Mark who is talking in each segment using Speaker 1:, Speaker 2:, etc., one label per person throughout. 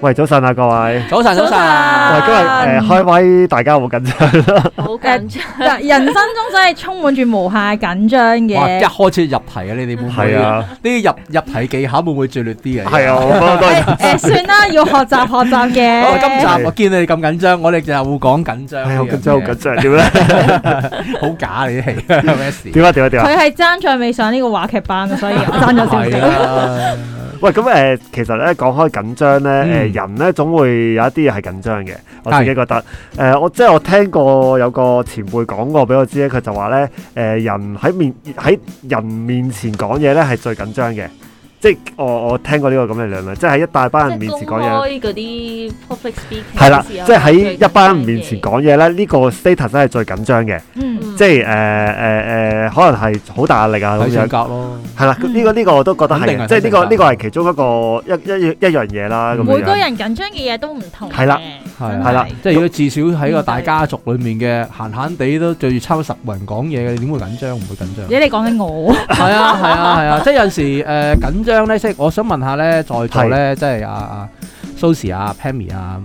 Speaker 1: 喂，早晨啊，各位。
Speaker 2: 早晨，早晨，
Speaker 1: 喂，今日誒開威，大家好緊張啦。
Speaker 3: 好緊張，
Speaker 4: 但人生中真係充滿住無限緊張
Speaker 2: 哇！一
Speaker 4: 嘅。
Speaker 2: 開始入題啊，你哋會唔會？
Speaker 1: 係啊，
Speaker 2: 呢啲入入題技巧會唔會拙劣啲嘅？
Speaker 1: 係啊，我都
Speaker 4: 誒、誒算啦，要學習學 習嘅。
Speaker 2: 好。今集我見你哋咁緊張，我哋就係會講緊張。
Speaker 1: 係好哎緊張，好緊，張。點咧？
Speaker 2: 好假你啲戲係咩事？
Speaker 1: 點啊？點啊？點啊？
Speaker 4: 佢係爭在未上呢個話劇班啊，所以 我爭咗少
Speaker 2: 係
Speaker 4: 少。
Speaker 2: 啊，
Speaker 1: 喂，咁誒，其實咧講開緊張咧，
Speaker 2: 嗯
Speaker 1: 誒人咧總會有一啲嘢係緊張嘅。我
Speaker 2: 係
Speaker 1: 自己覺得，誒我即係我聽過有個前輩講過俾我知咧，佢就話咧，誒人喺面喺人面前講嘢咧係最緊張嘅。即係我我聽過呢個咁嘅理論，即係喺一大班人
Speaker 3: 即
Speaker 1: 面
Speaker 3: 係
Speaker 1: 前
Speaker 3: 公
Speaker 1: 講嘢。
Speaker 3: 開嗰啲 public speaking
Speaker 1: 係啦，
Speaker 3: 嘅
Speaker 1: 即
Speaker 3: 時候
Speaker 1: 係喺一班人
Speaker 3: 最緊張嘅
Speaker 1: 面前講嘢咧，呢、個 status 真係最緊張嘅，
Speaker 4: 嗯，
Speaker 3: 嗯
Speaker 1: 即係誒誒誒，呃可能係好大壓力啊咁
Speaker 2: 睇
Speaker 1: 樣
Speaker 2: 相。格咯。
Speaker 1: 係啦，呢、
Speaker 4: 嗯
Speaker 1: 個呢、個我都覺得
Speaker 2: 肯定
Speaker 1: 係，
Speaker 2: 係
Speaker 1: 即係呢、個
Speaker 2: 肯定係
Speaker 1: 呢個係其中一個一一一樣嘢啦。咁
Speaker 4: 每個
Speaker 1: 樣
Speaker 4: 人緊張嘅嘢都唔同嘅。
Speaker 1: 係啦
Speaker 2: 係啊
Speaker 4: 真
Speaker 1: 係啦
Speaker 2: 即係如果至少喺個大家族裏面嘅閒閒地都最差唔多十個人講嘢嘅，你點會緊張？唔會緊張
Speaker 4: 而。家你講緊 我，
Speaker 2: 係啊係啊係啊！即係有陣時誒緊張咧，即係我想問下咧，在座咧，即係啊啊 Susie 啊 Pammy 啊，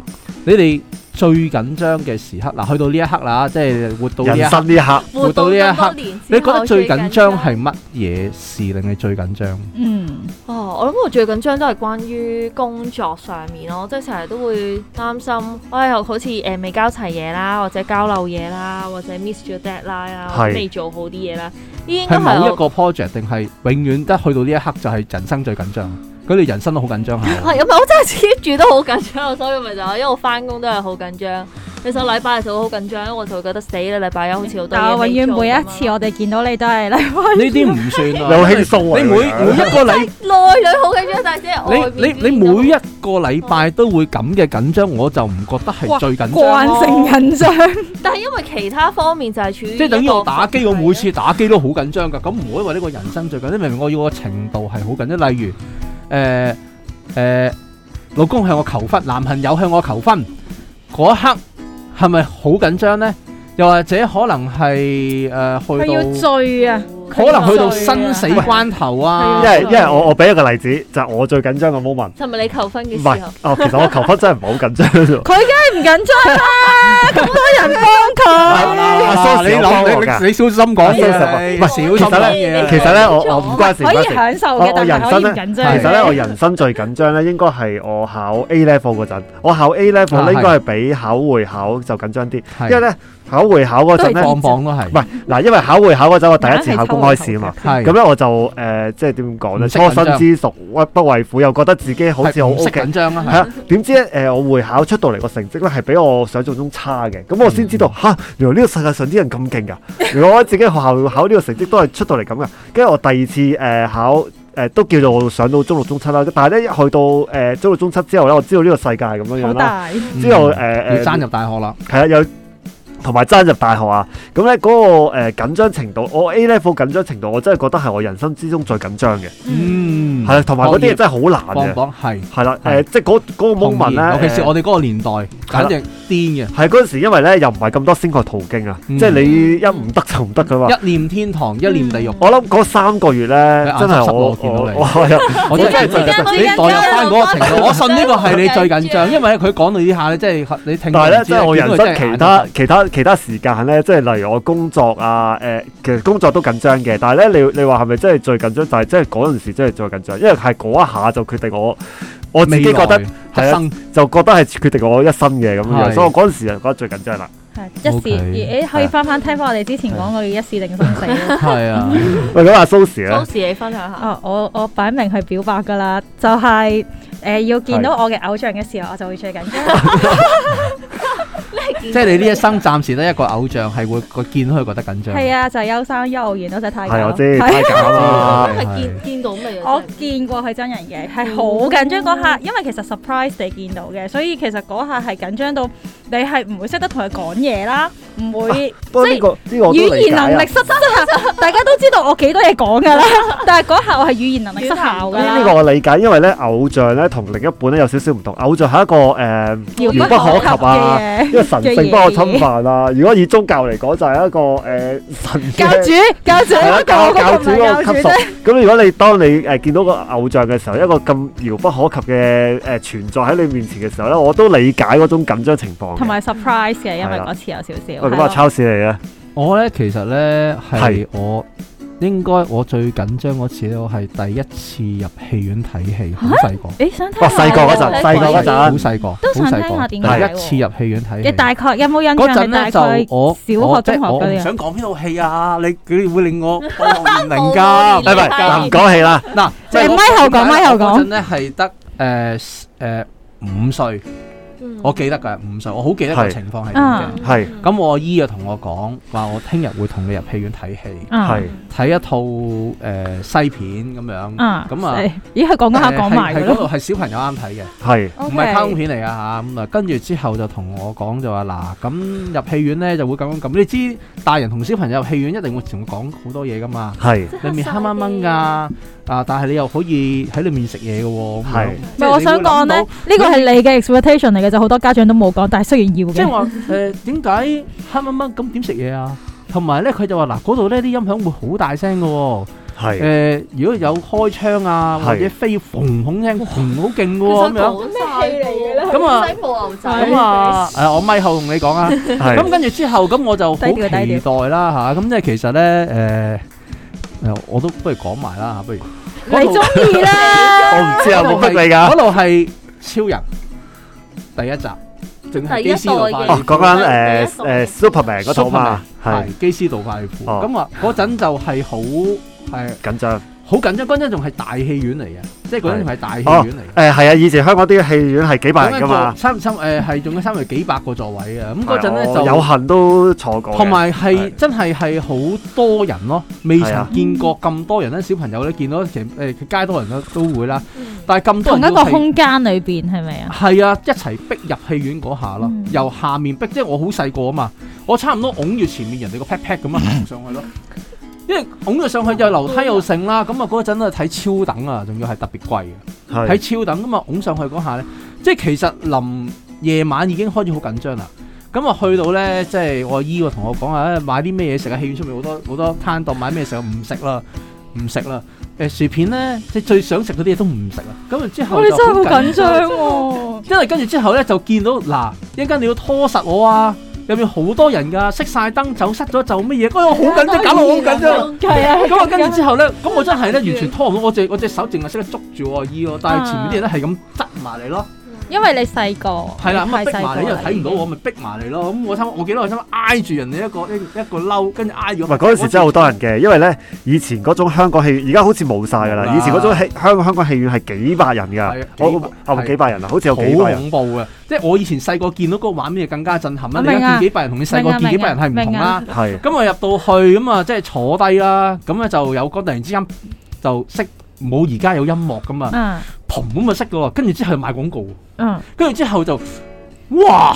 Speaker 2: 你哋最緊張嘅時刻嗱，去到呢一刻啦，即係活到呢一
Speaker 1: 人
Speaker 2: 刻，
Speaker 1: 生呢一
Speaker 4: 啊
Speaker 1: 刻，
Speaker 3: 活到咁多年之後
Speaker 2: 你覺得最緊張
Speaker 3: 最緊
Speaker 2: 係乜嘢事令你最緊張？
Speaker 4: 嗯，
Speaker 3: 哦，我諗我最緊張都係關於工作上面咯，即係成日都會擔心，哎呀，好似誒未交齊嘢啦，或者交漏嘢啦，或者 miss 咗 deadline 啊，或者
Speaker 1: 係
Speaker 3: 未做好啲嘢啦，呢應該
Speaker 2: 係
Speaker 3: 係
Speaker 2: 某一
Speaker 3: 我
Speaker 2: 個 project 定係永遠得去到呢一刻就係人生最緊張？佢哋人生都好緊張下。
Speaker 3: 係咁啊！我真係 keep 住都好緊張，所以咪就係因為我翻工都係好緊張。其實禮拜日就會好緊張，我就會覺得死啦！禮拜一好似好多
Speaker 4: 但
Speaker 3: 嘢
Speaker 4: 我
Speaker 3: 未做咁樣。啊
Speaker 4: 永遠每一次我哋見到你都係 咧，
Speaker 2: 呢啲唔算
Speaker 1: 你
Speaker 2: 啊
Speaker 1: 好，輕鬆啊！
Speaker 2: 你每每
Speaker 1: 咁樣
Speaker 2: 一個禮。
Speaker 3: 內裏好緊張，但係即係外
Speaker 2: 你你
Speaker 3: 面
Speaker 2: 你每一個禮拜都會咁嘅緊張，我就唔覺得係最緊張
Speaker 4: 慣性
Speaker 2: 咯。
Speaker 4: 緊張。
Speaker 3: 但係因為其他方面就係處於
Speaker 2: 即係等於我打機，我每
Speaker 3: 一
Speaker 2: 次打機都好緊張㗎。咁唔好因為呢個人生最緊張，你明唔明？我要個程度係好緊張。例如誒誒、呃老公向我求婚，男朋友向我求婚嗰一刻，係咪好緊張呢？又或者可能係誒、呃
Speaker 4: 佢
Speaker 2: 去
Speaker 4: 要
Speaker 2: 到
Speaker 4: 醉啊！
Speaker 3: 個
Speaker 2: 可能去到
Speaker 4: 佢要
Speaker 2: 生死關頭啊
Speaker 1: 因！為因為我我俾一個例子，就係我最緊張嘅 moment。
Speaker 3: 係咪你求婚嘅
Speaker 1: 唔
Speaker 3: 時
Speaker 1: 係
Speaker 3: 候？，
Speaker 1: 哦，其實我求婚真係唔係好緊張喎。
Speaker 4: 佢梗係唔緊張啦， 咁多人幫佢。
Speaker 1: 阿
Speaker 2: 嗱
Speaker 1: Sosze 有幫我㗎
Speaker 2: 啊你你小心講嘢啊，
Speaker 1: Sosze
Speaker 2: 你
Speaker 1: 唔係
Speaker 2: 小心
Speaker 1: 其實
Speaker 2: 講
Speaker 1: 呢
Speaker 2: 嘢啊。
Speaker 1: 其實咧，我我唔關事，唔
Speaker 4: 可
Speaker 1: 關
Speaker 4: 以
Speaker 1: 事。
Speaker 4: 享受
Speaker 1: 我
Speaker 4: 嘅，
Speaker 1: 我
Speaker 4: 但
Speaker 1: 人
Speaker 4: 係可以
Speaker 1: 生
Speaker 4: 唔
Speaker 1: 咧，
Speaker 4: 緊張。
Speaker 1: 其實咧，我人生最緊張咧，應該係我考 A level 嗰陣，我考 A level
Speaker 2: 啊
Speaker 1: 咧應該係比考會考就緊張啲，
Speaker 2: 係
Speaker 1: 因為咧考會考嗰陣咧，
Speaker 4: 都係
Speaker 2: 放榜都係
Speaker 1: 唔。係嗱，因為考會考嗰陣我第一次考公開試啊嘛，
Speaker 2: 係
Speaker 1: 咁咧我就誒即係點講咧，
Speaker 2: 唔識
Speaker 1: 初
Speaker 2: 緊張
Speaker 1: 生之犢屈不畏虎，又覺得自己好似好
Speaker 2: 係唔識
Speaker 1: O K，
Speaker 2: 緊張啦，
Speaker 1: 係啊，點知咧誒我會考出到嚟個成績咧係比我想象中差嘅，咁
Speaker 2: 嗯
Speaker 1: 我先知道吓，原來呢個世界上啲人咁 勁噶，原來我喺自己學校考呢個成績都係出到嚟咁噶，跟住我第二次誒考。誒都叫做上到中六中七啦，但係咧一去到誒中六中七之後咧，我知道呢個世界係咁樣
Speaker 4: 好
Speaker 1: 樣啦。
Speaker 4: 大，
Speaker 2: 嗯
Speaker 1: 之後誒呃誒
Speaker 2: 要爭入大學啦，
Speaker 1: 係啊，有同埋爭入大學啊，咁咧嗰個誒緊張程度，我 A level 緊張程度，我真係覺得係我人生之中最緊張嘅，
Speaker 2: 嗯
Speaker 1: 係啊，同埋嗰啲嘢真係好
Speaker 2: 放
Speaker 1: 難嘅，啊
Speaker 2: 榜係
Speaker 1: 係啦，誒，
Speaker 2: 係
Speaker 1: 即係嗰嗰個
Speaker 2: 同
Speaker 1: moment
Speaker 2: 意，尤其是
Speaker 1: 咧，
Speaker 2: 我哋嗰個年代，簡直癲
Speaker 1: 係嗰陣時，因為咧又唔係咁多升學途徑啊，
Speaker 2: 嗯
Speaker 1: 即係你一唔得就唔得噶嘛。
Speaker 2: 嘅，一念天堂，一念地獄，
Speaker 1: 我諗嗰三個月咧，
Speaker 2: 眼
Speaker 1: 真係
Speaker 2: 濕濕
Speaker 1: 我
Speaker 2: 我見到你
Speaker 1: 我我
Speaker 2: 我真係
Speaker 1: 嗯我真係
Speaker 2: 最緊張。
Speaker 4: 我
Speaker 2: 你
Speaker 4: 真
Speaker 2: 代
Speaker 4: 係
Speaker 2: 入翻嗰個程度，我信呢個係你最緊
Speaker 3: 我真
Speaker 2: 張，
Speaker 3: 係
Speaker 2: 因為佢講到呢下咧，即係你聽眾唔
Speaker 1: 但係
Speaker 2: 知。
Speaker 1: 咧，即係我人生
Speaker 2: 見到佢
Speaker 1: 其他其
Speaker 2: 真係眼
Speaker 1: 他其他時間咧，即係例如我工作啊，誒、其實工作都緊張嘅。但係咧，你你話係咪真係最緊張？就係即係嗰陣時真係最緊張，因為係嗰一下就決定我我自己覺得
Speaker 2: 未來一生
Speaker 1: 就覺得係決定我一生嘅咁樣，
Speaker 2: 係
Speaker 1: 所以我嗰陣時就覺得最緊張啦。
Speaker 4: 係一試
Speaker 2: OK
Speaker 4: 而誒可以翻翻聽翻我哋之前講過嘅一試定生死啦。
Speaker 2: 係啊，
Speaker 1: 喂，咁阿 Sosze 咧
Speaker 3: 到，時你分享下。
Speaker 4: 哦，我我擺明係表白㗎啦，就係誒要見到我嘅偶像嘅時候，我就會最 緊
Speaker 1: 啊
Speaker 4: 張。
Speaker 3: 即
Speaker 2: 即係你呢一生暫時得一個偶像係會個見到佢覺得緊張。
Speaker 4: 係啊，就係優生優原嗰隻太
Speaker 1: 係我
Speaker 4: 監。
Speaker 1: 知太假 啦，
Speaker 3: 因為見見到咪
Speaker 4: 我見過佢真人
Speaker 1: 嗯
Speaker 4: 嘅，係好緊張嗰下，因為其實 surprise 地見到嘅，所以其實嗰下係緊張到你係唔會識得同佢講嘢啦，唔會
Speaker 1: 啊不過呢個呢個我都
Speaker 4: 語
Speaker 1: 理
Speaker 4: 言
Speaker 1: 解啊
Speaker 4: 能力失失大家都知道我幾多嘢講㗎啦，但係嗰下我係語言能力失效㗎
Speaker 3: 呢
Speaker 1: 呢
Speaker 4: 啦
Speaker 1: 個。我理解，因為咧偶像咧同另一半咧有少少唔同，偶像係一個誒遙
Speaker 4: 遙
Speaker 1: 不可及啊，
Speaker 4: 嘅嘢
Speaker 1: 因為神性不可侵犯 啊。如果以宗教嚟講，就係一個誒神嘅
Speaker 4: 教主，教主
Speaker 1: 係
Speaker 4: 嗰
Speaker 1: 啊
Speaker 4: 個
Speaker 1: 教
Speaker 4: 嗰
Speaker 1: 教
Speaker 4: 個唔
Speaker 1: 主
Speaker 4: 係
Speaker 1: 嗰
Speaker 4: 教
Speaker 1: 個級
Speaker 4: 主
Speaker 1: 數
Speaker 4: 啫。。
Speaker 1: 咁如果你當你誒見到個偶像嘅時候，一個咁遙不可及嘅誒存在喺你面前嘅時候咧，我都理解嗰種緊張情況嘅。
Speaker 4: 同埋 surprise 嘅，因
Speaker 1: 係
Speaker 4: 為
Speaker 1: 啦
Speaker 4: 嗰次有少少。
Speaker 1: 喂咁啊，
Speaker 4: 係咯
Speaker 1: 超市嚟嘅，
Speaker 2: 我咧其實咧係
Speaker 1: 係
Speaker 2: 我應該我最緊張嗰次咧，我係第一次入戲院睇戲，好
Speaker 4: 啊
Speaker 2: 細個，
Speaker 4: 誒想聽
Speaker 1: 哇
Speaker 4: 下
Speaker 1: 細個嗰陣
Speaker 4: 你
Speaker 1: 細個嗰陣
Speaker 2: 好細個，
Speaker 4: 都
Speaker 2: 好
Speaker 4: 想聽
Speaker 2: 細
Speaker 4: 下
Speaker 2: 個，
Speaker 4: 點
Speaker 1: 解
Speaker 2: 第
Speaker 4: 喎
Speaker 2: 一次入戲院睇
Speaker 4: 你
Speaker 2: 戲。
Speaker 4: 大概有冇印象？
Speaker 2: 嗰陣
Speaker 4: 你
Speaker 2: 咧
Speaker 4: 大
Speaker 2: 就
Speaker 4: 概
Speaker 2: 我
Speaker 4: 小學、中學
Speaker 2: 我即係我唔
Speaker 4: 嗰啲啊。
Speaker 2: 想講邊套戲啊！你佢會令我我唔明
Speaker 3: 冇
Speaker 2: 㗎。
Speaker 3: 冇
Speaker 1: 拜嗱
Speaker 3: 年紀
Speaker 1: 唔講戲啦，
Speaker 2: 嗱，即係
Speaker 4: 咪後講咪後講
Speaker 2: 嗰陣咧係得誒誒五歲，
Speaker 3: 嗯
Speaker 2: 我記得㗎五歲，我好記得個
Speaker 1: 係
Speaker 2: 情況係點
Speaker 4: 啊
Speaker 2: 嘅。
Speaker 1: 係
Speaker 2: 咁我姨啊同我講話，我聽日會同你入戲院睇戲，
Speaker 4: 啊
Speaker 1: 係
Speaker 2: 睇一套誒、呃西片咁樣。
Speaker 4: 啊
Speaker 2: 咁啊，
Speaker 4: 係咦？佢講講下講埋
Speaker 2: 係
Speaker 4: 㗎
Speaker 2: 係嗰
Speaker 4: 咯。
Speaker 2: 度係小朋友啱睇嘅，
Speaker 1: 係
Speaker 2: 唔
Speaker 4: OK
Speaker 2: 係卡通片嚟㗎嚇。咁啊，跟住之後就同我講就話嗱，咁入戲院咧就會咁樣咁。你知大人同小朋友入戲院一定會同佢講好多嘢㗎嘛。
Speaker 1: 係
Speaker 2: 裏面黑掹掹㗎，啊！但係你又可以喺裏面食嘢嘅喎，咁樣
Speaker 1: 係
Speaker 4: 唔係，我想講咧，，呢個係你嘅 expectation 嚟嘅，就好多家長都冇講，但係雖然要
Speaker 2: 即係你會諗到即係
Speaker 4: 嘅。
Speaker 2: 話誒點解黑掹掹咁點食嘢啊？同埋咧，佢就話嗱，嗰度咧啲音響會好大聲嘅喎。誒、
Speaker 1: 係
Speaker 2: 如果有開槍啊，
Speaker 1: 係
Speaker 2: 或者飛轟轟聲，轟好勁嘅
Speaker 3: 佢
Speaker 2: 喎
Speaker 3: 想
Speaker 2: 咁樣。
Speaker 3: 講晒
Speaker 4: 咩戲嚟嘅咧
Speaker 2: 咁啊
Speaker 3: 西部牛仔
Speaker 2: 咁啊，誒我咪後同你講啊。
Speaker 1: 係
Speaker 2: 咁跟住之後，咁我就好
Speaker 4: 低調低調
Speaker 2: 期待啦嚇。咁即係其實咧誒誒，我都不如講埋啦嚇，不如。
Speaker 4: 你中意啦，
Speaker 1: 我唔知啊，冇逼你㗎。
Speaker 2: 嗰度係超人第一集，淨係基斯道
Speaker 3: 第一代嘅
Speaker 1: 哦，
Speaker 2: 快
Speaker 1: 講
Speaker 2: 快
Speaker 1: 緊誒誒 Superman 嗰套嘛，係
Speaker 2: 係基斯道快富。
Speaker 1: 哦
Speaker 2: 咁啊，嗰陣就係好係
Speaker 1: 緊張。
Speaker 2: 好緊張，嗰陣仲係大戲院嚟嘅，即係嗰陣仲係大戲
Speaker 1: 哦
Speaker 2: 院嚟嘅。
Speaker 1: 誒係啊，以前香港啲戲院係幾百
Speaker 2: 咁
Speaker 1: 人㗎嘛，
Speaker 2: 三三誒係仲有三萬幾百個座位嘅，咁嗰陣咧
Speaker 1: 我
Speaker 2: 就
Speaker 1: 啊哦有幸都坐過嘅。
Speaker 2: 同埋係
Speaker 1: 係
Speaker 2: 真係係好多人咯，未
Speaker 1: 係啊
Speaker 2: 曾見過咁多人咧。小朋友咧見到其實誒街多人都都會啦，
Speaker 3: 嗯
Speaker 2: 但係咁多
Speaker 4: 同
Speaker 2: 人
Speaker 4: 一
Speaker 2: 都
Speaker 4: 個
Speaker 2: 係
Speaker 4: 空間裏邊係咪啊？
Speaker 2: 係啊，一齊逼入戲院嗰下咯，
Speaker 4: 嗯
Speaker 2: 由下面逼，即係我好細個啊嘛，我差唔多擁住前面人哋個 pat pat 咁樣啊行上去咯。因為擁咗上去又樓梯又剩啦，咁啊嗰陣啊睇超等啊，仲要係特別貴嘅，
Speaker 1: 係
Speaker 2: 睇超等咁啊擁上去嗰下咧，即係其實臨夜晚已經開始好緊張啦。咁啊去到咧，即係我姨喎同我講啊，唉買啲咩嘢食啊？戲院出面好多好多攤檔買咩食啊唔食啦，唔食啦。誒薯片咧，即係最想食嗰啲嘢都唔食啦。咁啊之後
Speaker 4: 我哋
Speaker 2: 就
Speaker 4: 真係好
Speaker 2: 緊
Speaker 4: 緊張喎。
Speaker 2: 因為跟住之後咧就見到嗱，一陣間你要拖實我啊，入面好多人㗎，熄晒燈走失咗就乜嘢，哎呀好緊張，搞到我好緊張。
Speaker 4: 係啊，
Speaker 2: 咁啊，跟住之後咧，咁我真係咧完全拖唔到，我隻我隻手淨係識得捉住我個衣咯，但係前面啲人咧係咁執埋你咯，
Speaker 4: 因為你細個，
Speaker 2: 係啦，咁啊
Speaker 4: 哎太
Speaker 2: 逼
Speaker 4: 細
Speaker 2: 埋你
Speaker 4: 個
Speaker 2: 又
Speaker 4: 啦
Speaker 2: 睇唔到我，咪逼埋你咯。咁我差唔多我記得我差唔多挨住人哋一個一一個褸，跟住挨住
Speaker 1: 唔
Speaker 2: 我。
Speaker 1: 係嗰陣時真係好多人嘅，因為咧以前嗰種香港戲院，而家好似冇晒㗎
Speaker 2: 冇
Speaker 1: 啦。
Speaker 2: 啦
Speaker 1: 以前嗰種戲香香港戲院係幾百人
Speaker 2: 啊係
Speaker 1: 㗎
Speaker 2: 啊，
Speaker 1: 我
Speaker 2: 幾
Speaker 1: 我我
Speaker 2: 係
Speaker 1: 幾百人啊，好似有
Speaker 2: 好
Speaker 1: 幾百人。
Speaker 2: 恐怖嘅，即係我以前細個見到嗰個畫面就更加震撼啦。你
Speaker 4: 我
Speaker 2: 而
Speaker 4: 明
Speaker 2: 家
Speaker 4: 啊
Speaker 2: 見幾百人同你細
Speaker 4: 明
Speaker 2: 個
Speaker 4: 啊
Speaker 2: 見幾百人係唔同
Speaker 4: 明
Speaker 2: 啦
Speaker 4: 啊。
Speaker 1: 係
Speaker 2: 咁我入到去咁啊，即係坐低啦，咁咧就有個突然之間就識冇而家有音樂噶嘛，
Speaker 4: 嗯
Speaker 2: 砰咁啊識噶喎，跟住之後賣廣告，
Speaker 4: 嗯，
Speaker 2: 跟住之後就哇，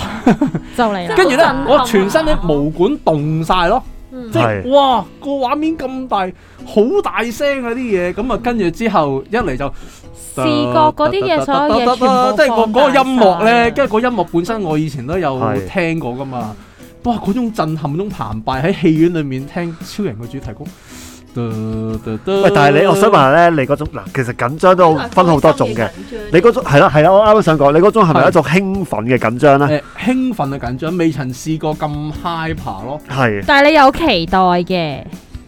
Speaker 4: 就嚟啦。
Speaker 2: 跟住咧
Speaker 3: 震撼啊
Speaker 2: 我全身咧毛管凍晒咯，
Speaker 3: 嗯
Speaker 2: 即係
Speaker 1: 係
Speaker 2: 哇個畫面咁大，好大聲啊啲嘢，咁啊跟住之後一嚟就
Speaker 4: 試過嗰啲嘢，所有嘢全部
Speaker 2: 即係我嗰個音樂咧，跟
Speaker 4: 跟
Speaker 2: 住個音樂本身我以前都有
Speaker 1: 係
Speaker 2: 聽過噶嘛。哇！嗰種震撼、嗰種澎湃喺戲院裏面聽超人嘅主題曲。
Speaker 1: 喂
Speaker 2: 喂，
Speaker 1: 但係你，我想問啊下咧，你嗰種嗱，其實緊張都分好多種嘅。，你嗰種係啦係啦，我啱啱想講，你嗰種係咪
Speaker 2: 係
Speaker 1: 一種興奮嘅緊張咧？
Speaker 2: 誒興奮啊緊張，未曾試過咁 high 爬咯，
Speaker 1: 係
Speaker 4: 但係你有期待嘅，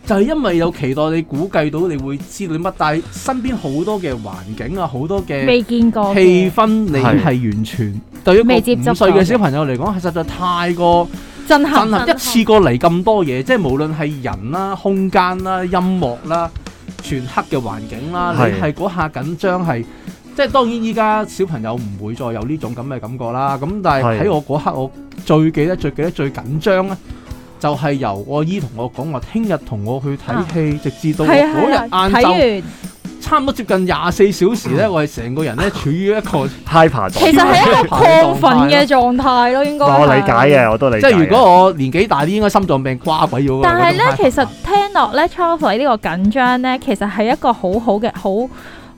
Speaker 2: 就係因為有期待，你估計到你會知道啲乜，但係身邊好多嘅環境啊，好多嘅
Speaker 4: 未見過嘅
Speaker 2: 氣氛，你係
Speaker 1: 係
Speaker 2: 完全對於
Speaker 4: 未接
Speaker 2: 一個五
Speaker 4: 觸
Speaker 2: 歲
Speaker 4: 過
Speaker 2: 嘅
Speaker 4: 嘅
Speaker 2: 小朋友嚟講，係實在太過。
Speaker 4: 震撼
Speaker 2: 震。撼一次過嚟咁多嘢，即係無論係人啦、空間啦、音樂啦、全黑嘅環境啦，
Speaker 1: 係
Speaker 2: 你係嗰下緊張係，即係當然依家小朋友唔會再有呢種咁嘅感覺啦。咁但係
Speaker 1: 係
Speaker 2: 喺我嗰刻，我最記得、最記得、最緊張咧，就係由我姨同我講話，聽日同我去睇戲，直至到我
Speaker 4: 係啊係啊，
Speaker 2: 嗰日晏晝
Speaker 4: 睇完嗯
Speaker 2: 差唔多接近廿四小時咧，我係成個 人咧處於一個
Speaker 4: 啊
Speaker 1: hyper
Speaker 4: 其
Speaker 1: 咗
Speaker 4: 實係一個亢奮嘅狀態咯，應該係
Speaker 1: 我理解。嘅，我都理
Speaker 2: 即
Speaker 1: 解嘅。
Speaker 2: 係如果我年紀大啲，應該心臟病瓜鬼咗㗎啦。
Speaker 4: 但係咧，
Speaker 2: 嗰種
Speaker 4: 其實聽落咧 c h a r l e 呢個緊張咧，其實係一個好好嘅好。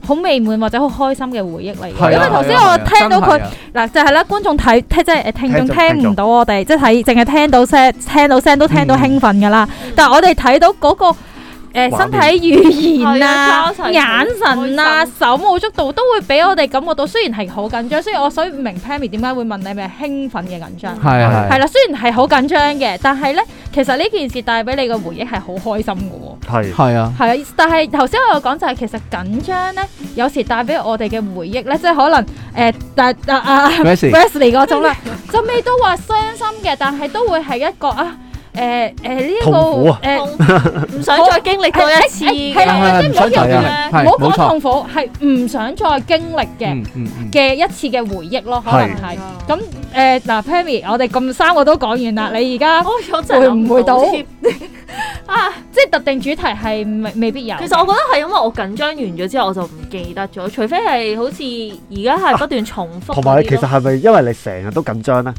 Speaker 4: 好美滿或者好開心嘅回憶嚟
Speaker 2: 係啊
Speaker 4: 嘅，因為頭
Speaker 2: 係
Speaker 4: 先
Speaker 2: 啊
Speaker 4: 我
Speaker 2: 係啊
Speaker 4: 聽到
Speaker 2: 真係
Speaker 4: 佢
Speaker 2: 啊
Speaker 4: 嗱就係啦，觀眾睇聽即係誒聽
Speaker 1: 聽
Speaker 4: 眾
Speaker 1: 眾
Speaker 4: 聽唔到我哋，即係睇淨係聽到聲，聽到聲都聽到興奮㗎啦。
Speaker 3: 嗯
Speaker 4: 但係我哋睇到嗰個誒
Speaker 1: 畫
Speaker 4: 身體
Speaker 1: 面
Speaker 4: 語言
Speaker 3: 係啊
Speaker 4: 啊、
Speaker 3: 交齊
Speaker 4: 眼神啊、
Speaker 3: 開
Speaker 4: 手舞足蹈，都會俾我哋感覺到，雖然係好緊張，所以我所以唔明 Pammy 點解會問你係咪興奮嘅緊張。
Speaker 2: 係係
Speaker 4: 係啦，雖然係好緊張嘅，但係咧，其實呢件事帶俾你嘅回憶係好開心嘅喎。
Speaker 1: 係
Speaker 2: 係啊，
Speaker 4: 係啊，但係頭先我有講就係其實緊張咧，有時帶俾我哋嘅回憶咧，即係可能誒，但但啊
Speaker 2: 咩事？
Speaker 4: Wesley 嗰種啦，就未都話傷心嘅，但係都會係一個啊誒誒呢一個
Speaker 1: 痛苦啊
Speaker 4: 誒
Speaker 3: 唔想再經歷過一次
Speaker 4: 係
Speaker 3: 嘅
Speaker 2: 係
Speaker 4: 係係
Speaker 2: 係唔想再經歷，係
Speaker 4: 唔好
Speaker 2: 冇
Speaker 4: 講
Speaker 2: 錯。
Speaker 4: 痛苦，係唔想再經歷嘅
Speaker 2: 嗯嗯嗯，
Speaker 4: 嘅一次嘅回憶咯，可能
Speaker 1: 係
Speaker 4: 係咁誒嗱，Pammy，我哋咁三個都講完啦，你而家。
Speaker 3: 我我真係諗
Speaker 4: 會唔
Speaker 3: 唔
Speaker 4: 會到
Speaker 3: 添啊！
Speaker 4: 即係特定主題係未未必有。
Speaker 3: 其實我覺得係因為我緊張完咗之後我就唔記得咗，除非係好似而家係不斷重複嗰啲咯。
Speaker 1: 啊同埋其實係咪因為你成日都緊張咧，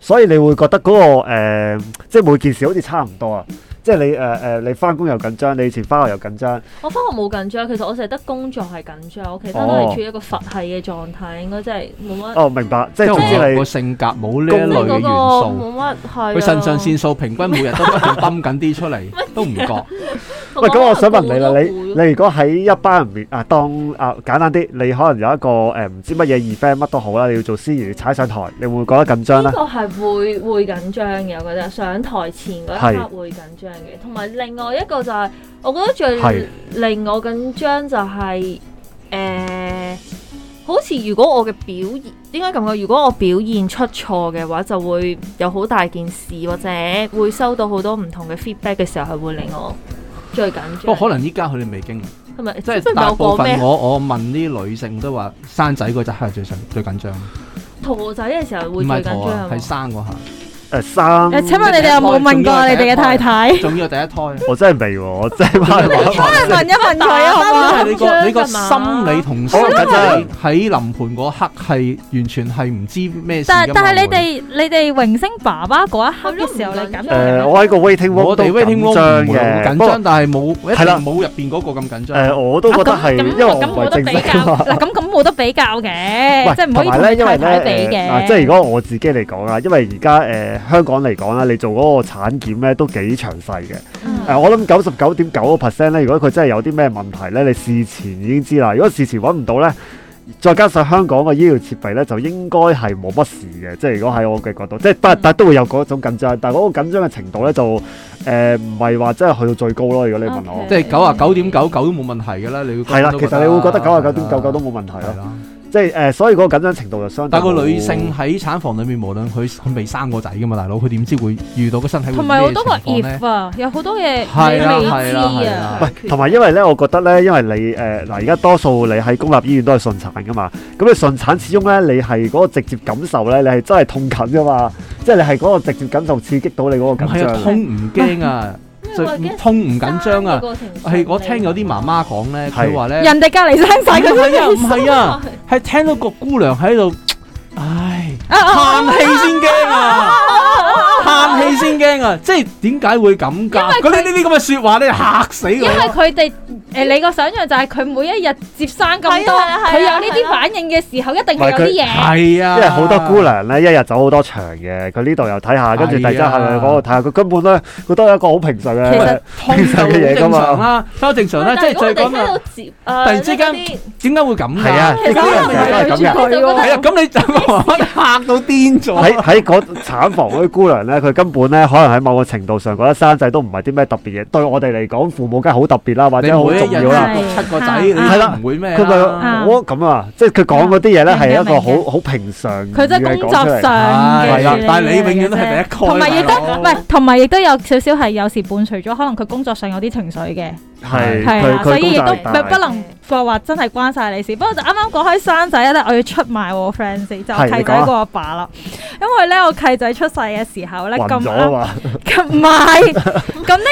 Speaker 1: 所以你會覺得嗰、個、呃、即係每件事好似差唔多啊？即係你誒誒、呃你翻工又緊張，你以前翻學又緊張，
Speaker 3: 我翻學冇緊張，其實我成日得工作係緊張，我其他都係處於一個佛系嘅狀態，應該真係冇乜。
Speaker 1: 哦明白，即
Speaker 2: 因
Speaker 1: 係
Speaker 2: 為
Speaker 1: 總之
Speaker 2: 我
Speaker 1: 你
Speaker 2: 個性格冇呢
Speaker 3: 即
Speaker 2: 一
Speaker 3: 係
Speaker 2: 類
Speaker 3: 嗰
Speaker 2: 嘅元
Speaker 3: 個
Speaker 2: 素，
Speaker 3: 冇乜係。啊
Speaker 2: 佢腎上腺素平均每日都不斷泵緊啲出嚟，都唔覺。
Speaker 1: 喂咁，我想問你啦，你你如果喺一班人面啊，當啊簡單啲，你可能有一個誒唔、知乜嘢 event 乜都好啦，你要做司儀，你踩上台，你會唔會覺得緊張
Speaker 3: 呢
Speaker 1: 咧？
Speaker 3: 個係會會緊張嘅，我覺得上台前嗰一刻會緊張嘅，同埋另外一個就係、我覺得
Speaker 1: 係
Speaker 3: 最令我緊張就係、呃好似如果我嘅表現點解咁講？如果我表現出錯嘅話，就會有好大件事，或者會收到好多唔同嘅 feedback 嘅時候，係會令我最緊張。
Speaker 2: 不過可能依家佢哋未經歷，
Speaker 3: 係咪
Speaker 2: 哦即
Speaker 3: 係
Speaker 2: 係大部分
Speaker 3: 啊
Speaker 2: 我我問啲女性都話生仔嗰陣係最緊最緊張，
Speaker 3: 陀仔嘅時候
Speaker 2: 唔
Speaker 3: 會最
Speaker 2: 係
Speaker 3: 緊張
Speaker 2: 肚啊，係
Speaker 3: 係嘛
Speaker 2: 生嗰下，
Speaker 1: 誒三，
Speaker 4: 誒，請問你哋有冇問過你哋嘅太太？
Speaker 2: 仲要第一胎。啊
Speaker 1: 我真係未喎，我真 係
Speaker 2: 真係
Speaker 1: 未
Speaker 2: 未
Speaker 1: 喎
Speaker 2: 喎
Speaker 4: 真係問一問佢啊，好
Speaker 2: 因
Speaker 4: 嘛？
Speaker 2: 為你
Speaker 3: 緊
Speaker 2: 個
Speaker 3: 張
Speaker 2: 你個
Speaker 3: 㗎嘛
Speaker 2: 心理同
Speaker 1: 好
Speaker 2: 心理
Speaker 1: 緊張
Speaker 2: 喺臨盤嗰刻係完全係唔知咩事㗎
Speaker 4: 但
Speaker 2: 嘛
Speaker 4: 但係你
Speaker 2: 會
Speaker 4: 哋你哋榮升爸爸嗰一刻
Speaker 3: 係咯
Speaker 4: 嘅時候，
Speaker 3: 唔
Speaker 4: 你
Speaker 3: 緊
Speaker 4: 緊
Speaker 3: 張
Speaker 4: 張
Speaker 1: 誒，
Speaker 4: 嘅
Speaker 1: 我喺個 waiting room
Speaker 2: 我哋 waiting
Speaker 1: 都緊張
Speaker 2: room 唔會
Speaker 1: 嘅，
Speaker 2: 好
Speaker 1: 不
Speaker 2: 緊
Speaker 1: 過
Speaker 2: 張，但係冇一
Speaker 1: 係
Speaker 2: 定
Speaker 1: 啦
Speaker 2: 冇入邊嗰個咁緊張。
Speaker 1: 誒，我都覺得係，因為我
Speaker 4: 咁
Speaker 1: 唔
Speaker 4: 冇
Speaker 1: 係
Speaker 4: 得
Speaker 1: 正
Speaker 4: 比
Speaker 1: 式啊
Speaker 4: 較，
Speaker 1: 嘛。
Speaker 4: 嗱咁咁冇得比較嘅，即係唔可以
Speaker 1: 同埋
Speaker 4: 同你
Speaker 1: 咧，因為
Speaker 4: 太太比
Speaker 1: 咧，誒啊
Speaker 4: 嘅。
Speaker 1: 嗱，即係如果我自己嚟講啦，啊因為而家誒香港嚟講啦，啊你做嗰個產檢咧都幾詳細嘅。誒、
Speaker 3: 啊
Speaker 4: 嗯
Speaker 1: 我諗九十九點九個 percent 咧，如果佢真係有啲咩問題咧，你事前已經知啦。如果事前揾唔到咧，再加上香港嘅醫療設備咧，就應該係冇乜事嘅。即係如果
Speaker 4: 嗯
Speaker 1: 喺我嘅角度，即係但但都會有嗰種緊張，但係嗰個緊張嘅程度咧就誒唔係話真係去到最高咯。如果你問我
Speaker 3: OK
Speaker 2: 即係九啊九點九九都冇問題㗎啦，你會
Speaker 1: 係啦，其實你會覺得九
Speaker 2: Ờ,
Speaker 1: 啊九點九九都冇問題
Speaker 2: 係
Speaker 1: 咯。
Speaker 2: 啦。
Speaker 1: 即係誒、所以嗰個緊張程度就相對
Speaker 2: 但係
Speaker 1: 好
Speaker 2: 個女性喺產房裏面，無論佢佢未生過仔㗎嘛，大佬佢點知會遇到個身體會
Speaker 4: 同埋好
Speaker 2: 咩
Speaker 4: 多個
Speaker 2: 情況咧
Speaker 4: if à. 啊，有好多嘢你
Speaker 2: 係啦
Speaker 4: 未
Speaker 2: 係
Speaker 4: 知
Speaker 2: 啦係
Speaker 4: 啊
Speaker 2: 啦。
Speaker 1: 喂，同埋因為咧，我覺得咧，因為你呃誒嗱，而家多數你喺公立醫院都係順產噶嘛，咁你順產始終咧，你係嗰個直接感受咧，你係真係痛緊噶嘛，即係你係嗰個直接感受刺激到你嗰個
Speaker 2: 唔
Speaker 1: 緊
Speaker 2: 係啊，
Speaker 1: 張。
Speaker 2: 痛唔驚啊，就
Speaker 3: 因為驚
Speaker 2: 痛唔緊張啊。係我聽有啲媽媽講咧，
Speaker 1: 係
Speaker 2: 佢話咧，
Speaker 4: 人哋隔離生晒
Speaker 2: 唔
Speaker 4: 佢
Speaker 2: 係啊，唔係啊，係聽到個姑娘喺度，唉，
Speaker 4: 啊啊啊
Speaker 2: 嘆氣先驚啊！
Speaker 4: ờ,
Speaker 2: 嘆氣先驚啊！即係點解會咁㗎？
Speaker 4: 因為佢
Speaker 2: 嗰啲呢啲咁嘅説話咧嚇死
Speaker 4: 因為
Speaker 2: 我！
Speaker 4: 佢哋誒，你個想象就係佢每一日接生咁多，
Speaker 3: 係啊係啊
Speaker 4: 佢有呢啲反應嘅時候，一定係有啲嘢。
Speaker 2: 係啊，
Speaker 1: 因為好多姑娘咧，一日走好多場嘅，佢呢度又睇
Speaker 2: 啊
Speaker 1: 下，跟住第二間下去嗰度睇下，佢根本咧覺得一個好平常
Speaker 4: 其
Speaker 1: 嘅
Speaker 4: 實，
Speaker 2: 痛就好正常啦，都正常啦，即係最講啊，
Speaker 3: 突
Speaker 2: 突然之間點解會咁㗎？
Speaker 1: 係啊
Speaker 4: 其實
Speaker 1: 呢啲人成日都係咁嘅
Speaker 4: 佢喎
Speaker 2: 係啊，咁你就我嚇到癲
Speaker 1: 喺
Speaker 2: 咗。
Speaker 1: 喺嗰產房嗰啲姑娘咧，佢根本咧可能喺某個程度上覺得生仔都唔係啲咩特別嘢，對我哋嚟講，父母梗係好特別啦，或
Speaker 2: 你
Speaker 1: 者好
Speaker 2: 每
Speaker 1: 重
Speaker 2: 一日
Speaker 1: 要啦。
Speaker 2: 六七個仔，你都唔會咩
Speaker 1: 佢咪
Speaker 2: 啦？
Speaker 4: 啊
Speaker 1: 我咁啊，即係佢講嗰啲嘢咧，
Speaker 4: 明嘅
Speaker 1: 係一個
Speaker 4: 明嘅
Speaker 1: 好好平常
Speaker 4: 佢真係
Speaker 1: 嘅講
Speaker 4: 工作
Speaker 1: 出
Speaker 4: 上
Speaker 1: 嚟
Speaker 2: 係
Speaker 4: 嘅處
Speaker 2: 啦
Speaker 4: 理，
Speaker 2: 但係你永遠都
Speaker 4: 嚟嘅
Speaker 2: 係第
Speaker 4: 啫
Speaker 2: 一個，
Speaker 4: 同埋亦都
Speaker 2: 大佬
Speaker 4: 唔係，同埋亦都有少少係有時伴隨咗，可能佢工作上有啲情緒嘅，
Speaker 1: 係
Speaker 4: 係
Speaker 1: 佢
Speaker 4: 啦，所
Speaker 1: 佢
Speaker 4: 以亦
Speaker 1: 高
Speaker 4: 都
Speaker 1: 大
Speaker 4: 不
Speaker 1: 大
Speaker 4: 不能夠話真係關晒你事。不過就啱啱講開生仔咧，我要出賣我 friend 先，就我
Speaker 1: 係你
Speaker 4: 契
Speaker 1: 講
Speaker 4: 仔
Speaker 1: 啊
Speaker 4: 個阿爸啦。因為咧，我契仔出世嘅時候咧，咁
Speaker 1: 暈咗啊嘛，
Speaker 4: 啱咁 唔係咁咧，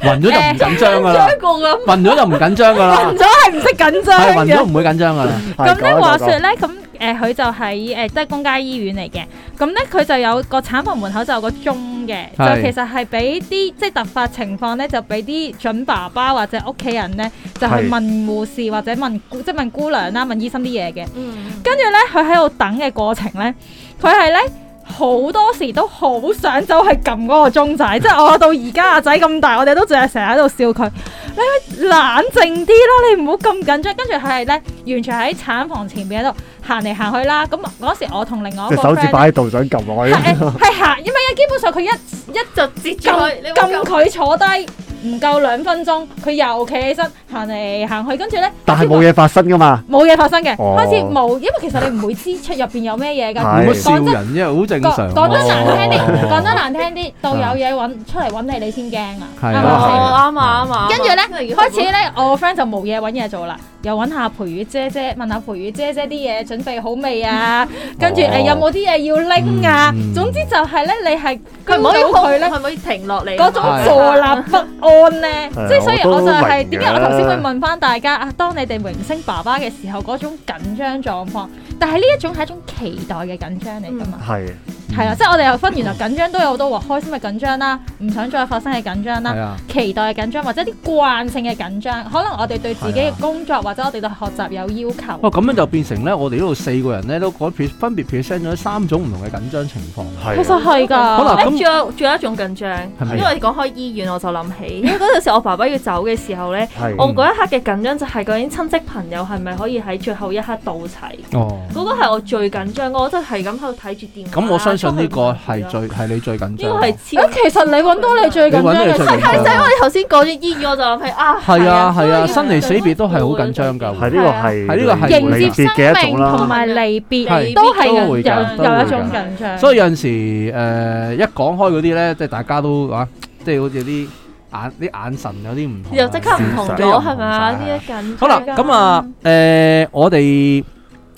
Speaker 4: 因
Speaker 2: 暈咗就唔緊張噶啦，
Speaker 3: 過咁
Speaker 2: 暈咗就唔緊張
Speaker 1: 啊
Speaker 2: 噶啦
Speaker 4: 為咧暈，咗係唔識緊張
Speaker 2: 係暈
Speaker 4: 嘅
Speaker 2: 咗。唔會緊張噶啦。
Speaker 4: 咁
Speaker 1: 係
Speaker 4: 咧
Speaker 1: 講
Speaker 4: 話
Speaker 1: 啊
Speaker 4: 說
Speaker 1: 講啊
Speaker 4: 咧，咁誒佢就喺誒即係公家醫院嚟嘅，咁咧佢就有個產房門口就有個鐘嘅，
Speaker 2: 係
Speaker 4: 就其實係俾啲即係突發情況咧，就俾啲準爸爸或者屋企人咧，就去
Speaker 1: 係
Speaker 4: 問護士或者問姑即係問姑娘啦，問醫生啲嘢嘅。
Speaker 3: 嗯，
Speaker 4: 跟住咧，佢喺度等嘅過程咧，佢係咧。好多時都好想走去撳嗰個鐘仔，即係我到而家阿仔咁大，我哋都仲係成日喺度笑佢。你咪冷靜啲啦，你唔好咁緊張。跟住佢係咧，完全喺產房前邊喺度行嚟行去啦。咁嗰時我同另外一
Speaker 1: 隻
Speaker 4: 個
Speaker 1: 手指
Speaker 4: friend
Speaker 1: 擺喺度想撳落去
Speaker 4: 係，誒係行，因為基本上佢一一
Speaker 3: 就截住佢，你
Speaker 4: 撳撳佢坐低唔夠兩分鐘，佢又企起身行嚟行去，跟住咧，
Speaker 1: 但係冇嘢發生噶嘛，
Speaker 4: 冇嘢發生嘅，
Speaker 1: 哦
Speaker 4: 開始冇，因為其實你唔會知出入邊有咩嘢㗎。
Speaker 1: 係
Speaker 2: 冇乜笑
Speaker 4: 講真，
Speaker 2: 人，因為好正
Speaker 4: 講
Speaker 2: 常。啊
Speaker 4: 講得難聽啲，
Speaker 2: 哦
Speaker 4: 講得難聽啲，到有嘢揾出嚟揾你，你先驚啊！
Speaker 2: 係
Speaker 4: 啱
Speaker 2: 啊
Speaker 4: 唔啱先
Speaker 2: 係啊
Speaker 3: 哦，啱啊啱啊。
Speaker 4: 跟住咧，開始
Speaker 3: 咧，
Speaker 4: 咧，我個 friend 就冇嘢揾嘢做啦，又揾下培宇姐姐，問下培宇姐姐啲嘢準備好未啊？跟住
Speaker 2: 哦
Speaker 4: 誒有冇啲嘢要拎啊
Speaker 2: 嗯嗯？
Speaker 4: 總之就係咧，你係
Speaker 3: 佢唔可以
Speaker 4: 見到佢咧
Speaker 3: 佢唔可以停落嚟
Speaker 4: 嗰種坐立不安咧，
Speaker 1: 係
Speaker 4: 即係所以我就
Speaker 1: 我都明嘅
Speaker 4: 係點解我頭先會問翻大家啊，當你哋明星爸爸嘅時候嗰種緊張狀況，但係呢一種係一種期待嘅緊張嚟㗎嘛。
Speaker 1: 係
Speaker 2: 嗯
Speaker 4: 係啦，即係我哋又分原來緊張都有好多喎，開心嘅緊張啦，唔想再發生嘅緊張啦
Speaker 2: 係，啊，
Speaker 4: 期待嘅緊張或者啲慣性嘅緊張，可能我哋對自己
Speaker 2: 係
Speaker 4: 嘅
Speaker 2: 啊哦
Speaker 4: 工作或者我哋對學習有要求
Speaker 2: 哇，。咁樣就變成咧，我哋呢度四個人咧都改分別 present 咗三種唔同嘅緊張情況，
Speaker 1: 係
Speaker 4: 其實係㗎，
Speaker 2: 啊可能咁
Speaker 3: 咧，仲有仲有一種緊張，
Speaker 2: 係咪
Speaker 3: 因為講開醫院我就諗起，因為嗰陣時我爸爸要走嘅時候咧，
Speaker 1: 係
Speaker 3: 我嗰一刻嘅緊張就係究竟親戚朋友係咪可以喺最後一刻到齊？
Speaker 2: 哦，
Speaker 3: 嗰個係我最緊張，我真係咁喺度睇住電話。
Speaker 2: 咁我相信呢個係
Speaker 3: 呢
Speaker 2: 最係你最緊張。
Speaker 3: 個啊係超
Speaker 4: 誒，其實你揾到你最緊
Speaker 2: 你
Speaker 4: 張
Speaker 2: 揾到你
Speaker 4: 嘅
Speaker 2: 最
Speaker 4: 時候
Speaker 2: 緊張
Speaker 3: 係仔，我哋頭先講咗醫院，我就諗起啊，
Speaker 2: 係啊係啊，
Speaker 3: 所以
Speaker 2: 生離死別都係好緊張
Speaker 3: 係
Speaker 1: 係呢
Speaker 2: 㗎。
Speaker 1: 個係
Speaker 2: 係呢個係
Speaker 4: 迎
Speaker 1: 離
Speaker 4: 接
Speaker 1: 別
Speaker 4: 生
Speaker 1: 嘅一種
Speaker 4: 命
Speaker 1: 啦
Speaker 4: 同。埋離
Speaker 2: 係
Speaker 4: 別都係
Speaker 2: 都
Speaker 4: 有
Speaker 2: 會
Speaker 4: 有有一
Speaker 2: 㗎都會㗎
Speaker 4: 種緊張。
Speaker 2: 所以有陣時誒一講開嗰啲咧，即係大家都啊，即係好似啲眼啲眼神有啲唔同啊，
Speaker 3: 又即刻唔同
Speaker 1: 即係
Speaker 3: 咗係咪啊？
Speaker 2: 係
Speaker 3: 呢一緊張
Speaker 2: 好啦，咁啊，誒，我哋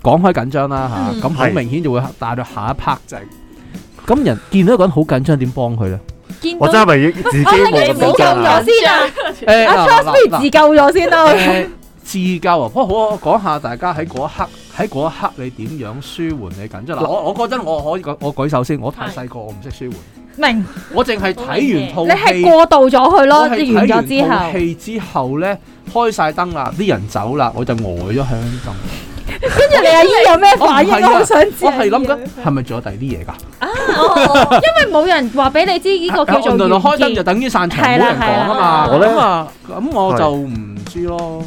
Speaker 2: 講開緊張啦
Speaker 3: 嗯
Speaker 2: 嚇，咁好
Speaker 1: 係
Speaker 2: 明顯就會帶到下一 part 就係，咁人見到一個人好緊張，點幫佢咧？
Speaker 4: 見
Speaker 1: 我
Speaker 4: 到
Speaker 1: 真係咪要自己
Speaker 4: 你
Speaker 1: 冇
Speaker 4: 唔
Speaker 1: 緊
Speaker 4: 好救
Speaker 1: 張啊
Speaker 4: 我先啊！
Speaker 2: 誒
Speaker 4: 阿 Charles 不如自救咗先啦。
Speaker 2: 誒自救呃啊！不過好，我講下大家喺嗰一刻，喺嗰一刻你點樣舒緩你緊張？嗱，我我嗰陣我可以舉我舉手先，我太細個，我唔識舒緩，
Speaker 4: 明，
Speaker 2: 我淨係睇完套
Speaker 4: 你係
Speaker 2: 戲。
Speaker 4: 過渡咗佢咯，
Speaker 2: 我係
Speaker 4: 完
Speaker 2: 睇完
Speaker 4: 咗之
Speaker 2: 套
Speaker 4: 後，
Speaker 2: 戲之後咧，開晒燈啦，啲人走啦，我就呆咗喺度。
Speaker 4: 跟住你阿姨有咩
Speaker 2: 我唔
Speaker 4: 反應？
Speaker 2: 係
Speaker 4: 我
Speaker 2: 啊
Speaker 4: 好想知。哦
Speaker 2: 我係諗緊，係咪仲有第二啲嘢㗎？
Speaker 4: 因為冇人話俾你知呢個叫
Speaker 2: 啊哦
Speaker 4: 啊
Speaker 2: 原
Speaker 4: 做
Speaker 2: 來開燈
Speaker 4: 完
Speaker 2: 就
Speaker 4: 結。
Speaker 2: 等於散場，冇
Speaker 4: 係啦
Speaker 2: 人講啊
Speaker 4: 係啦
Speaker 2: 嘛。
Speaker 1: 我呢
Speaker 2: 咁啊，咁我就唔知咯。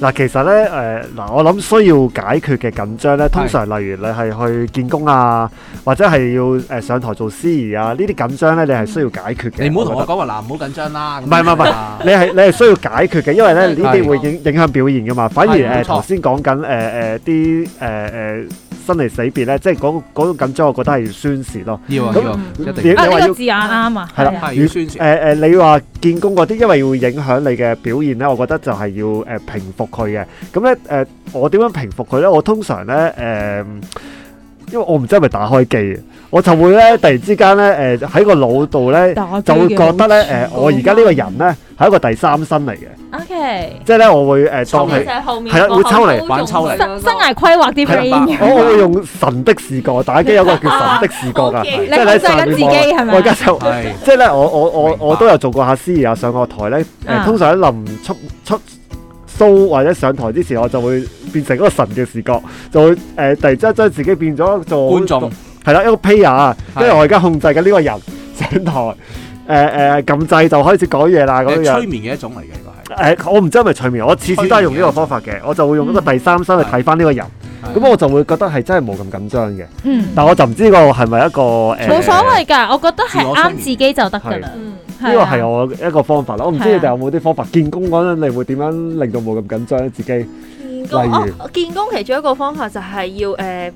Speaker 1: 嗱，其實咧，誒、嗱，我諗需要解決嘅緊張咧，通常例如你係去見工啊，或者係要誒、上台做司儀啊，呢啲緊張咧，你係需要解決嘅。
Speaker 2: 你唔好同
Speaker 1: 我
Speaker 2: 我
Speaker 1: 覺
Speaker 2: 講話嗱，唔好緊張啦。咁
Speaker 1: 唔係唔係唔係
Speaker 2: 啊
Speaker 1: 得 你係你係需要解決嘅，因為咧呢啲
Speaker 2: 係
Speaker 1: 會影影響表現噶嘛。反而
Speaker 2: 係冇錯
Speaker 1: 誒頭先講緊誒誒啲誒誒生離死別咧，即係嗰嗰種緊張，我覺得係要宣泄咯。
Speaker 2: 要啊
Speaker 1: 咁
Speaker 2: 要啊，一定
Speaker 1: 你
Speaker 2: 要
Speaker 4: 啊，
Speaker 1: 話
Speaker 4: 呢
Speaker 1: 要
Speaker 4: 個字眼啱啊。
Speaker 1: 係啦
Speaker 4: 係啊
Speaker 2: 係要宣泄。
Speaker 1: 誒誒、你話見工嗰啲，因為會影響你嘅表現咧，我覺得就係要誒、平復佢嘅。咁咧誒，我點樣平復佢咧？我通常咧誒、因為我唔知係咪打開機，我就會咧突然之間咧誒喺個腦度咧
Speaker 4: 打機
Speaker 1: 就
Speaker 4: 嘅
Speaker 1: 會覺得咧誒、我而家呢個
Speaker 4: 好
Speaker 1: 人咧係一個第三身嚟嘅，
Speaker 4: OK，
Speaker 1: 即係咧我會誒、當
Speaker 2: 抽
Speaker 1: 係
Speaker 2: 離。
Speaker 3: 係後面
Speaker 1: 係啦
Speaker 3: 個
Speaker 1: 會抽離
Speaker 3: 後
Speaker 2: 玩抽離
Speaker 3: 仲有
Speaker 4: 生
Speaker 3: 個
Speaker 4: 生涯規劃啲
Speaker 1: 係
Speaker 4: brain，
Speaker 1: 我我會用神的視覺，打機有個叫神的視覺
Speaker 3: 啊
Speaker 1: 㗎，
Speaker 3: ，OK
Speaker 1: 即係你喺上面
Speaker 4: 你控制緊自己係
Speaker 1: 望
Speaker 4: 咪
Speaker 1: 我而家就。
Speaker 2: 係
Speaker 1: 即係咧，我我我
Speaker 2: 明白
Speaker 1: 我都有做過下司儀啊，上過台咧。誒、
Speaker 4: 啊
Speaker 1: 通常喺臨出出 show 或者上台之前，我就會變成一個神嘅視覺，就會誒、突然之間將自己變咗做
Speaker 2: 觀眾
Speaker 1: 係啦，一個 player，
Speaker 2: 係
Speaker 1: 跟住我而家控制緊呢個人上台，誒誒撳掣就開始講嘢啦咁
Speaker 2: 係
Speaker 1: 樣
Speaker 2: 催。眠嘅一種嚟嘅，呢個
Speaker 1: 誒、我唔知係咪催眠，我次次都係用呢個方法嘅，我就會用一個第三身去睇翻呢個人，
Speaker 2: 係。
Speaker 1: 咁、我就會覺得係真係冇咁緊張嘅。
Speaker 4: 嗯，
Speaker 1: 但我就唔知呢個係咪一個誒，
Speaker 4: 冇所謂㗎，我覺得係
Speaker 2: 自我催
Speaker 4: 啱
Speaker 2: 眠
Speaker 4: 自己就得㗎啦。啊
Speaker 3: 嗯
Speaker 1: 呢個係我一個方法啦，我唔知
Speaker 4: 係啊
Speaker 1: 你哋有冇啲方法見工嗰陣，你會點樣令到冇咁緊張咧？自己
Speaker 3: 見工
Speaker 1: 例
Speaker 3: 哦，見工其中一個方法就係要誒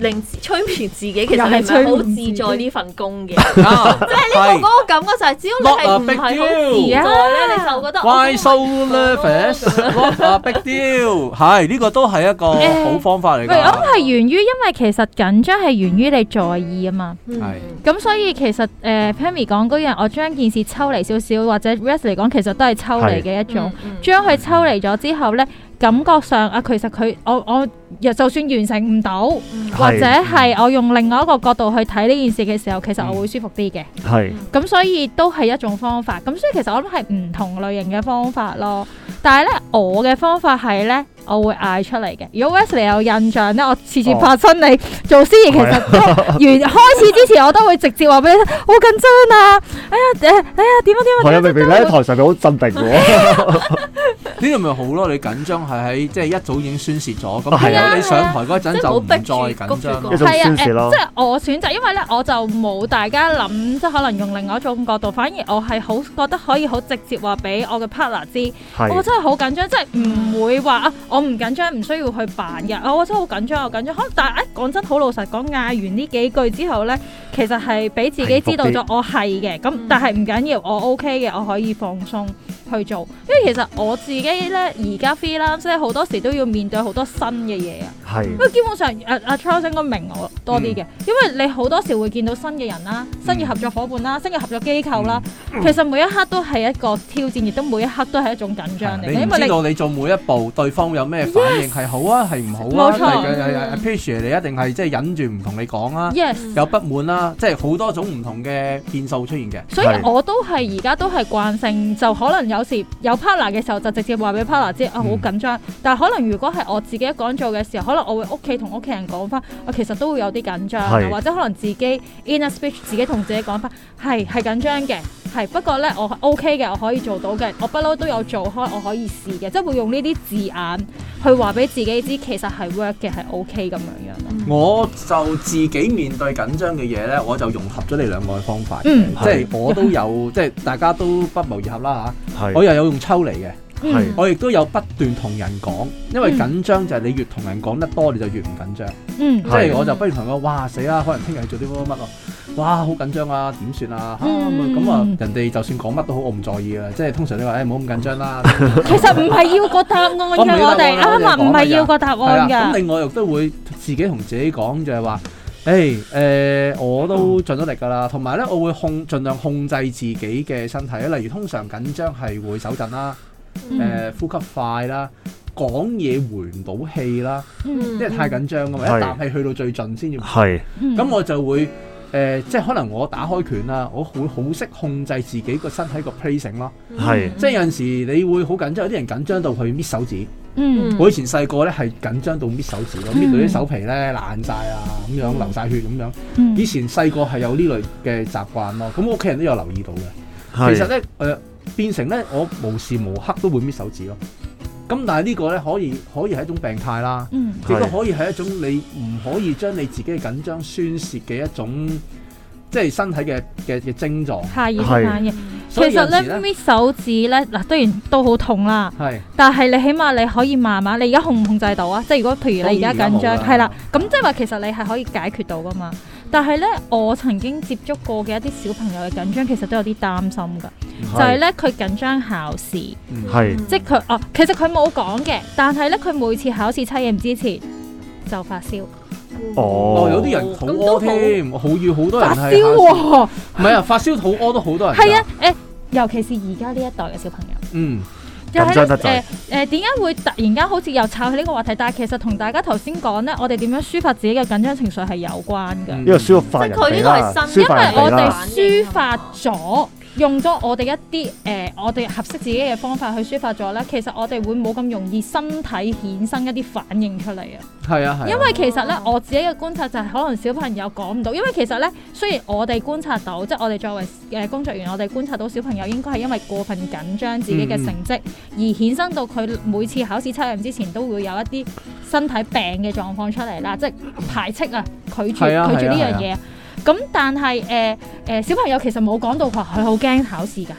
Speaker 3: 令自催眠自己，其
Speaker 4: 又
Speaker 3: 實
Speaker 4: 係
Speaker 3: 你唔
Speaker 4: 催
Speaker 3: 係好
Speaker 4: 眠自己
Speaker 3: 自在呢份工嘅。哦
Speaker 2: 係
Speaker 3: 嗰個感覺就係，只要你
Speaker 2: Not a
Speaker 3: 係唔係
Speaker 2: big
Speaker 3: 好
Speaker 2: deal
Speaker 3: 自在咧，你就覺得
Speaker 2: Why so
Speaker 3: 我都係
Speaker 2: nervous? What a big deal？係呢個都係一 個好方法嚟
Speaker 4: 喂，我
Speaker 3: 啊
Speaker 4: 諗
Speaker 2: 㗎。
Speaker 4: 係源於，因為其實緊張係源於你在意啊嘛。
Speaker 3: 嗯
Speaker 2: 係
Speaker 4: 咁所以其實誒、呃 Pammy 講嗰樣，我將件事抽離少少，或者 Rest 嚟講，其實都係抽離嘅一種。
Speaker 3: 嗯
Speaker 4: 將佢抽離咗之後呢，感覺上啊，其實佢我我就算完成唔到，
Speaker 3: 嗯
Speaker 4: 或者係嗯我用另外一個角度去睇呢件事嘅時候，其實我會舒服啲嘅。
Speaker 1: 係
Speaker 4: 咁所以都係一種方法。咁所以其實我諗係唔同類型嘅方法咯。但係咧，我嘅方法係咧，我會嗌出嚟嘅。如果 Wesley 有印象咧，我次
Speaker 1: 哦
Speaker 4: 次拍親你做司儀，其實 都完開始之前我都會直接話俾你聽，好緊張啊！哎呀，誒，哎呀，點啊點啊
Speaker 1: 係
Speaker 4: 點
Speaker 1: 啊，
Speaker 4: 啊，
Speaker 1: 明明你喺台上面好鎮定喎，
Speaker 2: 呢個咪好咯，你緊張係喺即係一早已經宣泄咗，咁
Speaker 1: 啊係啊
Speaker 2: 你上台嗰陣
Speaker 3: 即係
Speaker 2: 就
Speaker 3: 冇
Speaker 2: 唔
Speaker 3: 逼
Speaker 2: 再
Speaker 3: 住
Speaker 2: 緊張
Speaker 3: 谷
Speaker 2: 咯
Speaker 3: 住
Speaker 1: 一。種宣泄咯
Speaker 4: 即。係我選擇，因為咧我就冇大家諗，即係可能用另外一種角度，反而我係好覺得可以好直接話俾我嘅 partner 知。
Speaker 1: 係
Speaker 4: 我真係好緊張，即係唔會話啊！我唔緊張，唔需要去扮嘅。啊我真係好緊張，我緊張。可能但係誒，哎講真，好老實講，嗌完呢幾句之後呢，其實係俾自己知道
Speaker 1: 平
Speaker 4: 咗我係嘅。咁但係唔緊要，我 OK 嘅，我可以放鬆去做。因為其實我自己呢，而家 free 啦，即係好多時都要面對好多新嘅嘢啊。
Speaker 1: 係
Speaker 4: 不過基本上，阿、阿 Charles 應該明我多啲嘅，
Speaker 2: 嗯
Speaker 4: 因為你好多時會見到新嘅人啦、新嘅合作伙伴啦、新嘅合作機構啦，
Speaker 2: 嗯
Speaker 4: 其實每一刻都係一個挑戰，亦都每一刻都係一種緊張嚟嘅，
Speaker 2: 你
Speaker 4: 因
Speaker 2: 唔知
Speaker 4: 為
Speaker 2: 道你做每一步，對方有咩反應係好啊，係唔好啊？
Speaker 4: 冇錯
Speaker 2: 係係係 appreciate 你一定係即係忍住唔同你講啦，
Speaker 4: 你 yes。
Speaker 3: 嗯
Speaker 2: 有不滿啦，即係好多種唔同嘅變數出現嘅。
Speaker 4: 所以
Speaker 1: 係
Speaker 4: 我都係而家都係慣性，就可能有時有 partner 嘅時候就直接話俾 partner 知啊，好
Speaker 2: 嗯
Speaker 4: 緊張。但係可能如果係我自己一個人做嘅時候，可能我會屋企同屋企人講翻，我其實都會有啲緊張啊
Speaker 1: 係，
Speaker 4: 或者可能自己 in a speech 自己同自己講翻，係係緊張嘅，係不過呢，我 OK 嘅，我可以做到嘅，我不嬲都有做開，我可以試嘅，即係會用呢啲字眼去話俾自己知，其實係 work 嘅，係 OK 咁樣樣咯。
Speaker 2: 我就自己面對緊張嘅嘢呢，我就融合咗你兩個嘅方法嘅，
Speaker 4: 嗯
Speaker 2: 即係我都有， 即係大家都不謀而合啦嚇。我
Speaker 1: 係
Speaker 2: 又有用抽離嘅，
Speaker 1: 係
Speaker 2: 我亦都有不斷同人講，因為
Speaker 4: 嗯
Speaker 2: 緊張就係你越同人講得多，你就越唔緊張。
Speaker 4: 嗯
Speaker 2: 即
Speaker 1: 係
Speaker 2: 係我就不如同佢講，哇死啦，可能聽日要做啲乜乜乜喎，哇好緊張啊，點算啊？嚇
Speaker 4: 嗯
Speaker 2: 咁啊，人哋就算講乜都好，我唔在意啊。即係通常你話誒唔好咁緊張啦，
Speaker 4: 其實唔係要個答 案
Speaker 2: 唔係
Speaker 4: 嘅，我哋
Speaker 2: 要個答案我哋
Speaker 4: 啱啊，唔
Speaker 2: 講嘅
Speaker 4: 係要個答
Speaker 2: 係啦。
Speaker 4: 案㗎
Speaker 2: 咁。另外亦都會自己同自己講就係話，誒誒我都盡咗力㗎啦，同埋咧我會控盡量控制自己嘅身體，例如通常緊張係會手震啦，
Speaker 4: 嗯
Speaker 2: 誒呼吸快啦。講嘢回唔到氣啦，因
Speaker 4: 嗯
Speaker 2: 為太緊張㗎嘛，
Speaker 1: 係
Speaker 2: 一啖氣去到最盡先至
Speaker 1: 係
Speaker 4: 嗯
Speaker 2: 咁我就會誒、呃即係可能我打開拳啦，我好好識控制自己個身體個 placing 咯。
Speaker 3: 嗯
Speaker 1: 係
Speaker 2: 即係有陣時你會好緊張，有啲人緊張到去搣手指。
Speaker 4: 嗯
Speaker 2: 我以前細個咧係緊張到搣手指咯，
Speaker 4: 嗯
Speaker 2: 搣到啲手皮咧爛晒啊，咁樣流晒血咁樣。
Speaker 4: 嗯
Speaker 2: 以前細個係有呢類嘅習慣咯，咁我屋企人都有留意到嘅。其實
Speaker 1: 係
Speaker 2: 咧誒、呃、變成咧我無時無刻都會搣手指咯。咁但係呢個咧可以可以係一種病態啦。
Speaker 4: 嗯
Speaker 2: 亦都
Speaker 1: 係
Speaker 2: 可以係一種你唔可以將你自己嘅緊張宣泄嘅一種，即係身體嘅嘅嘅症狀。
Speaker 4: 太熱
Speaker 1: 係
Speaker 4: 太熱。其
Speaker 2: 所以有
Speaker 4: 實
Speaker 2: 陣
Speaker 4: 咧
Speaker 2: 時咧，
Speaker 4: 搣手指咧，嗱雖然都好痛啦，
Speaker 2: 係
Speaker 4: 但係你起碼你可以慢慢。你而家控唔控制到啊？即係如果譬如你而家緊
Speaker 2: 當然而
Speaker 4: 張，
Speaker 2: 家冇啦
Speaker 4: 係啦，咁即係話其實你係可以解決到噶嘛。但係咧，我曾經接觸過嘅一啲小朋友嘅緊張，其實都有啲擔心㗎，就係咧佢緊張考試。
Speaker 2: 嗯
Speaker 1: 係
Speaker 4: 即係佢哦，其實佢冇講嘅，但係咧佢每次考試測驗之前就發燒，
Speaker 2: 哦，
Speaker 1: 哦
Speaker 2: 有啲人肚屙添，我好遇好多人
Speaker 4: 發
Speaker 2: 係
Speaker 4: 燒喎，
Speaker 2: 唔係啊，發燒肚屙都好多人。
Speaker 4: 係啊，，誒，尤其是而家呢一代嘅小朋友，
Speaker 2: 嗯，
Speaker 4: 又
Speaker 1: 緊張得滯
Speaker 4: 誒誒點解會突然間好似又炒起呢個話題？但係其實同大家頭先講咧，我哋點樣抒發自己嘅緊張情緒係有關嘅，
Speaker 2: 嗯
Speaker 1: 呢個抒發人哋啦，
Speaker 3: 即係佢呢個係
Speaker 1: 抒
Speaker 3: 新
Speaker 4: 因
Speaker 1: 發
Speaker 4: 為
Speaker 1: 人
Speaker 4: 我
Speaker 1: 哋
Speaker 4: 哋
Speaker 1: 啦，
Speaker 4: 抒發咗。用咗我哋一啲誒、我哋合適自己嘅方法去抒發咗咧，其實我哋會冇咁容易身體衍生一啲反應出嚟啊。
Speaker 2: 係啊，係啊。
Speaker 4: 因為其實咧，我自己嘅觀察就係可能小朋友講唔到，因為其實咧，雖然我哋觀察到，即係我哋作為誒工作人員，我哋觀察到小朋友應該係因為過分緊張自己
Speaker 2: 嗯
Speaker 4: 嘅成績，而衍生到佢每次考試測驗之前都會有一啲身體病嘅狀況出 嚟啦，即係排斥啊、拒絕、
Speaker 2: 係啊
Speaker 4: 拒絕呢
Speaker 2: 係啊
Speaker 4: 樣嘢。呃咁但係誒誒小朋友其實冇講到話佢好驚考試㗎。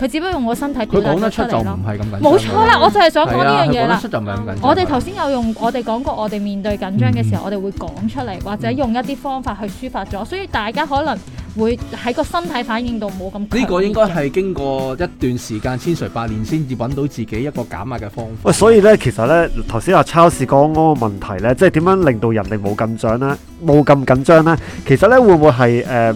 Speaker 4: 佢只不過用個身體表
Speaker 2: 佢
Speaker 4: 達
Speaker 2: 講
Speaker 4: 咗
Speaker 2: 得
Speaker 4: 出
Speaker 2: 出就
Speaker 4: 嚟
Speaker 2: 唔
Speaker 4: 咯。
Speaker 2: 係咁緊張。
Speaker 4: 冇錯啦，我就係想講
Speaker 2: 係
Speaker 4: 呢
Speaker 2: 啊，
Speaker 4: 樣
Speaker 2: 佢
Speaker 4: 嘢
Speaker 2: 講得
Speaker 4: 啦。
Speaker 2: 出就唔係咁緊張。
Speaker 4: 我哋頭先有用，我哋講過，我哋面對緊張嘅時候，我哋會講出嚟，或者用一啲方法去抒發咗，所以大家可能會喺個身體反應度冇咁強烈嘅。
Speaker 2: 呢個應該係經過一段時間千錘百煉先至揾到自己一個減壓嘅方法。
Speaker 1: 喂，所以咧，其實咧，頭先阿 Charles 講嗰個問題咧，即係點樣令到人哋冇咁緊張咧，冇咁緊張咧，其實咧會唔會係誒、呃、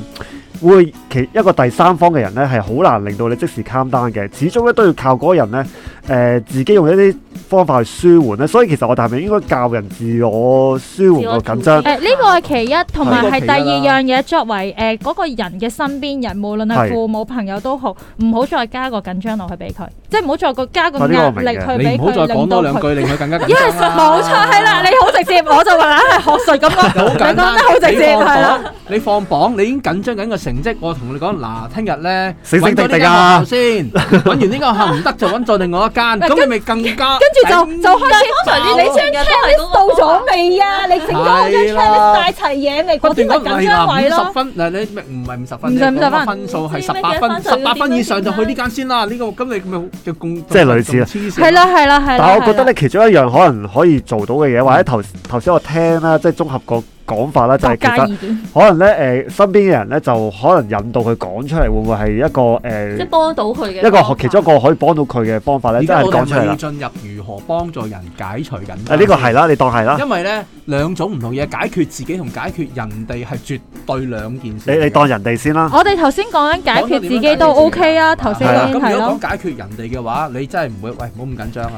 Speaker 1: 會其一個第三方嘅人咧係好難令到你即時 calm down 嘅，始終咧都要靠嗰個人咧誒、呃自己用一啲方法去舒緩咧，所以其實我哋係咪應該教人自我舒
Speaker 3: 自
Speaker 1: 緩
Speaker 3: 我
Speaker 1: 個緊張
Speaker 3: 調節？
Speaker 4: 誒呢個 係其一，同埋係
Speaker 2: 係
Speaker 4: 第二樣嘢，作為誒嗰個人嘅身邊人，無論係
Speaker 1: 係
Speaker 4: 父母、朋友都好，唔好再加個緊張落去俾佢，即係唔好再個加個
Speaker 1: 啊呢個
Speaker 4: 壓
Speaker 1: 我明
Speaker 4: 力
Speaker 1: 嘅
Speaker 4: 去
Speaker 2: 你
Speaker 4: 俾
Speaker 2: 唔好再
Speaker 4: 佢，
Speaker 2: 講
Speaker 4: 令
Speaker 2: 多
Speaker 4: 到
Speaker 2: 兩
Speaker 4: 佢。
Speaker 2: 句，令佢更加緊
Speaker 4: Yes，
Speaker 2: 張啦。
Speaker 4: 冇錯，係啦，你好直接，我就話硬係學術咁
Speaker 2: 好
Speaker 4: 講，
Speaker 2: 簡
Speaker 4: 你講
Speaker 2: 單
Speaker 4: 得好直接，係啦。
Speaker 2: 啦。你放榜，你已經緊張緊個成績。我同你講，嗱，聽日咧
Speaker 1: 死死
Speaker 2: 揾
Speaker 1: 地
Speaker 2: 咗呢間
Speaker 1: 地
Speaker 2: 學
Speaker 1: 啊
Speaker 2: 校先，揾完呢個學校唔得就揾再另外一間。咁你咪更加
Speaker 4: 跟住就就開始
Speaker 3: 但係通常呢
Speaker 4: 你
Speaker 3: 啲
Speaker 4: 張
Speaker 3: 嘅都
Speaker 4: c
Speaker 3: 係
Speaker 4: h
Speaker 3: 嗰
Speaker 4: e
Speaker 3: 個
Speaker 4: 到咗未啊？你整咗我張 c
Speaker 2: 係啦
Speaker 4: h 帶齊嘢未？
Speaker 2: 不
Speaker 4: 嗰啲
Speaker 2: 斷
Speaker 4: 咪
Speaker 2: 講
Speaker 4: 緊張
Speaker 2: 嗱
Speaker 4: 位
Speaker 2: 五十
Speaker 4: 咯。
Speaker 2: 分嗱，你明唔係五十分？
Speaker 4: 唔係
Speaker 2: 你
Speaker 4: 50分
Speaker 2: 講分數係
Speaker 3: 知
Speaker 2: 十
Speaker 3: 咩
Speaker 2: 八
Speaker 3: 嘅
Speaker 2: 分，
Speaker 3: 分數
Speaker 2: 十八分以上就
Speaker 3: 要點樣
Speaker 2: 去呢間先啦。呢個咁你咪就共
Speaker 1: 即係類似啦
Speaker 2: 黐線
Speaker 4: 係啦係啦係啦。
Speaker 1: 但係我覺得
Speaker 4: 係啦
Speaker 1: 咧，其中一樣可能可以做到嘅嘢，或者頭頭先我聽啦，即係綜合個講法啦，就係其
Speaker 4: 各
Speaker 1: 實
Speaker 4: 界意見，
Speaker 1: 可能咧誒、呃身邊嘅人咧就可能引導佢講出嚟，會唔會係一個誒？呃
Speaker 3: 即係幫到佢嘅
Speaker 1: 一個
Speaker 3: 方
Speaker 1: 學
Speaker 3: 法
Speaker 1: 其中一個可以幫到佢嘅方法咧，
Speaker 2: 而
Speaker 1: 真
Speaker 2: 家
Speaker 1: 係
Speaker 2: 我哋
Speaker 1: 講出嚟
Speaker 2: 咪要
Speaker 1: 啦。
Speaker 2: 進入如何幫助人解除緊張
Speaker 1: 啊，呢個係啦，你當係啦。
Speaker 2: 因為咧兩種唔同嘢，解決自己同解決人哋係絕對兩件事
Speaker 1: 你
Speaker 2: 嚟嘅。
Speaker 1: 你當人哋先啦。
Speaker 4: 我哋頭先啊講緊解決自己都 OK 啊，頭先
Speaker 1: 係啦
Speaker 4: 已
Speaker 2: 咁
Speaker 4: 經
Speaker 2: 如
Speaker 4: 係咯
Speaker 2: 果。講解決人哋嘅話，你真係唔會喂，唔好咁緊張啊！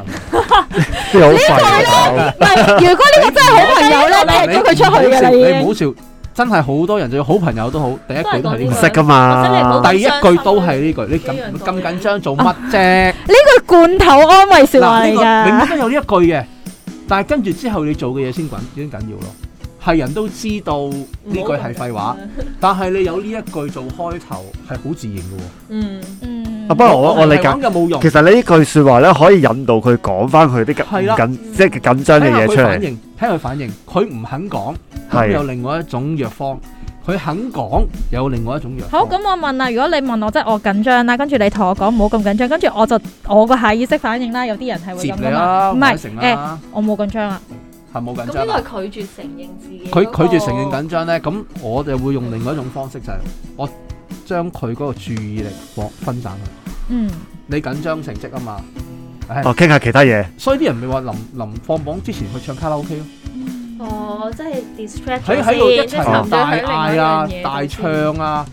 Speaker 1: 即係好啊快
Speaker 4: 唔係，如果呢個真係好朋友咧，
Speaker 2: 你
Speaker 4: 踢咗佢出去嘅啦已
Speaker 2: 你唔
Speaker 4: 經。
Speaker 2: 好笑，真係好多人就要好朋友都好，第一句都係
Speaker 1: 唔
Speaker 2: 呢
Speaker 1: 識噶
Speaker 3: 我真係
Speaker 1: 嘛
Speaker 2: 句，
Speaker 3: 冇。
Speaker 2: 第一句都係呢句，你咁
Speaker 3: 呢樣道理
Speaker 2: 咁緊張做乜啫？
Speaker 4: 呢句罐頭安慰説話
Speaker 2: 嗱，
Speaker 4: 嚟
Speaker 2: 呢個永
Speaker 4: 㗎
Speaker 2: 遠。都有呢一句嘅，但係跟住之後你做嘅嘢先緊先緊要咯。係人都知道呢句係廢話，但係你有呢一句做開頭係好自然嘅喎。
Speaker 3: 嗯，
Speaker 4: 嗯
Speaker 1: 啊，不過我我理
Speaker 2: 係
Speaker 1: 解，
Speaker 2: 玩嘅冇用
Speaker 1: 其。實你呢句説話咧，可以引導佢講翻佢啲
Speaker 2: 係
Speaker 1: 緊
Speaker 2: 啦
Speaker 1: 緊即係緊張嘅嘢出
Speaker 2: 聽下佢反
Speaker 1: 嚟。
Speaker 2: 應，聽佢反應，佢唔肯講，咁
Speaker 1: 係
Speaker 2: 有另外一種藥方；佢肯講，有另外一種藥
Speaker 4: 好，
Speaker 2: 方。
Speaker 4: 咁我問啦，如果你問我即係我緊張啦，跟住你同我講唔好咁緊張，跟住我就我個下意識反應啦，有啲人係會
Speaker 2: 接
Speaker 4: 咁
Speaker 2: 你
Speaker 4: 噶嘛，
Speaker 2: 啦，
Speaker 4: 唔
Speaker 2: 唔
Speaker 4: 係
Speaker 2: 係成啦，
Speaker 4: 我冇緊張啊。
Speaker 2: 係冇緊
Speaker 3: 咁
Speaker 2: 張
Speaker 3: 呢
Speaker 2: 啦。
Speaker 3: 個係拒絕承認自己嗰個。
Speaker 2: 佢拒絕承認緊張咧，咁我就會用另外一種方式，就係我將佢嗰個注意力放分散佢。
Speaker 4: 嗯，
Speaker 2: 你緊張成績啊嘛，
Speaker 1: 哦，傾下其他嘢。
Speaker 2: 所以啲人咪話臨臨放榜之前去唱卡拉 OK 咯，
Speaker 3: 哦，即係啊 distract
Speaker 2: 喺喺度一齊大嗌啊
Speaker 3: 大、
Speaker 2: 大唱啊，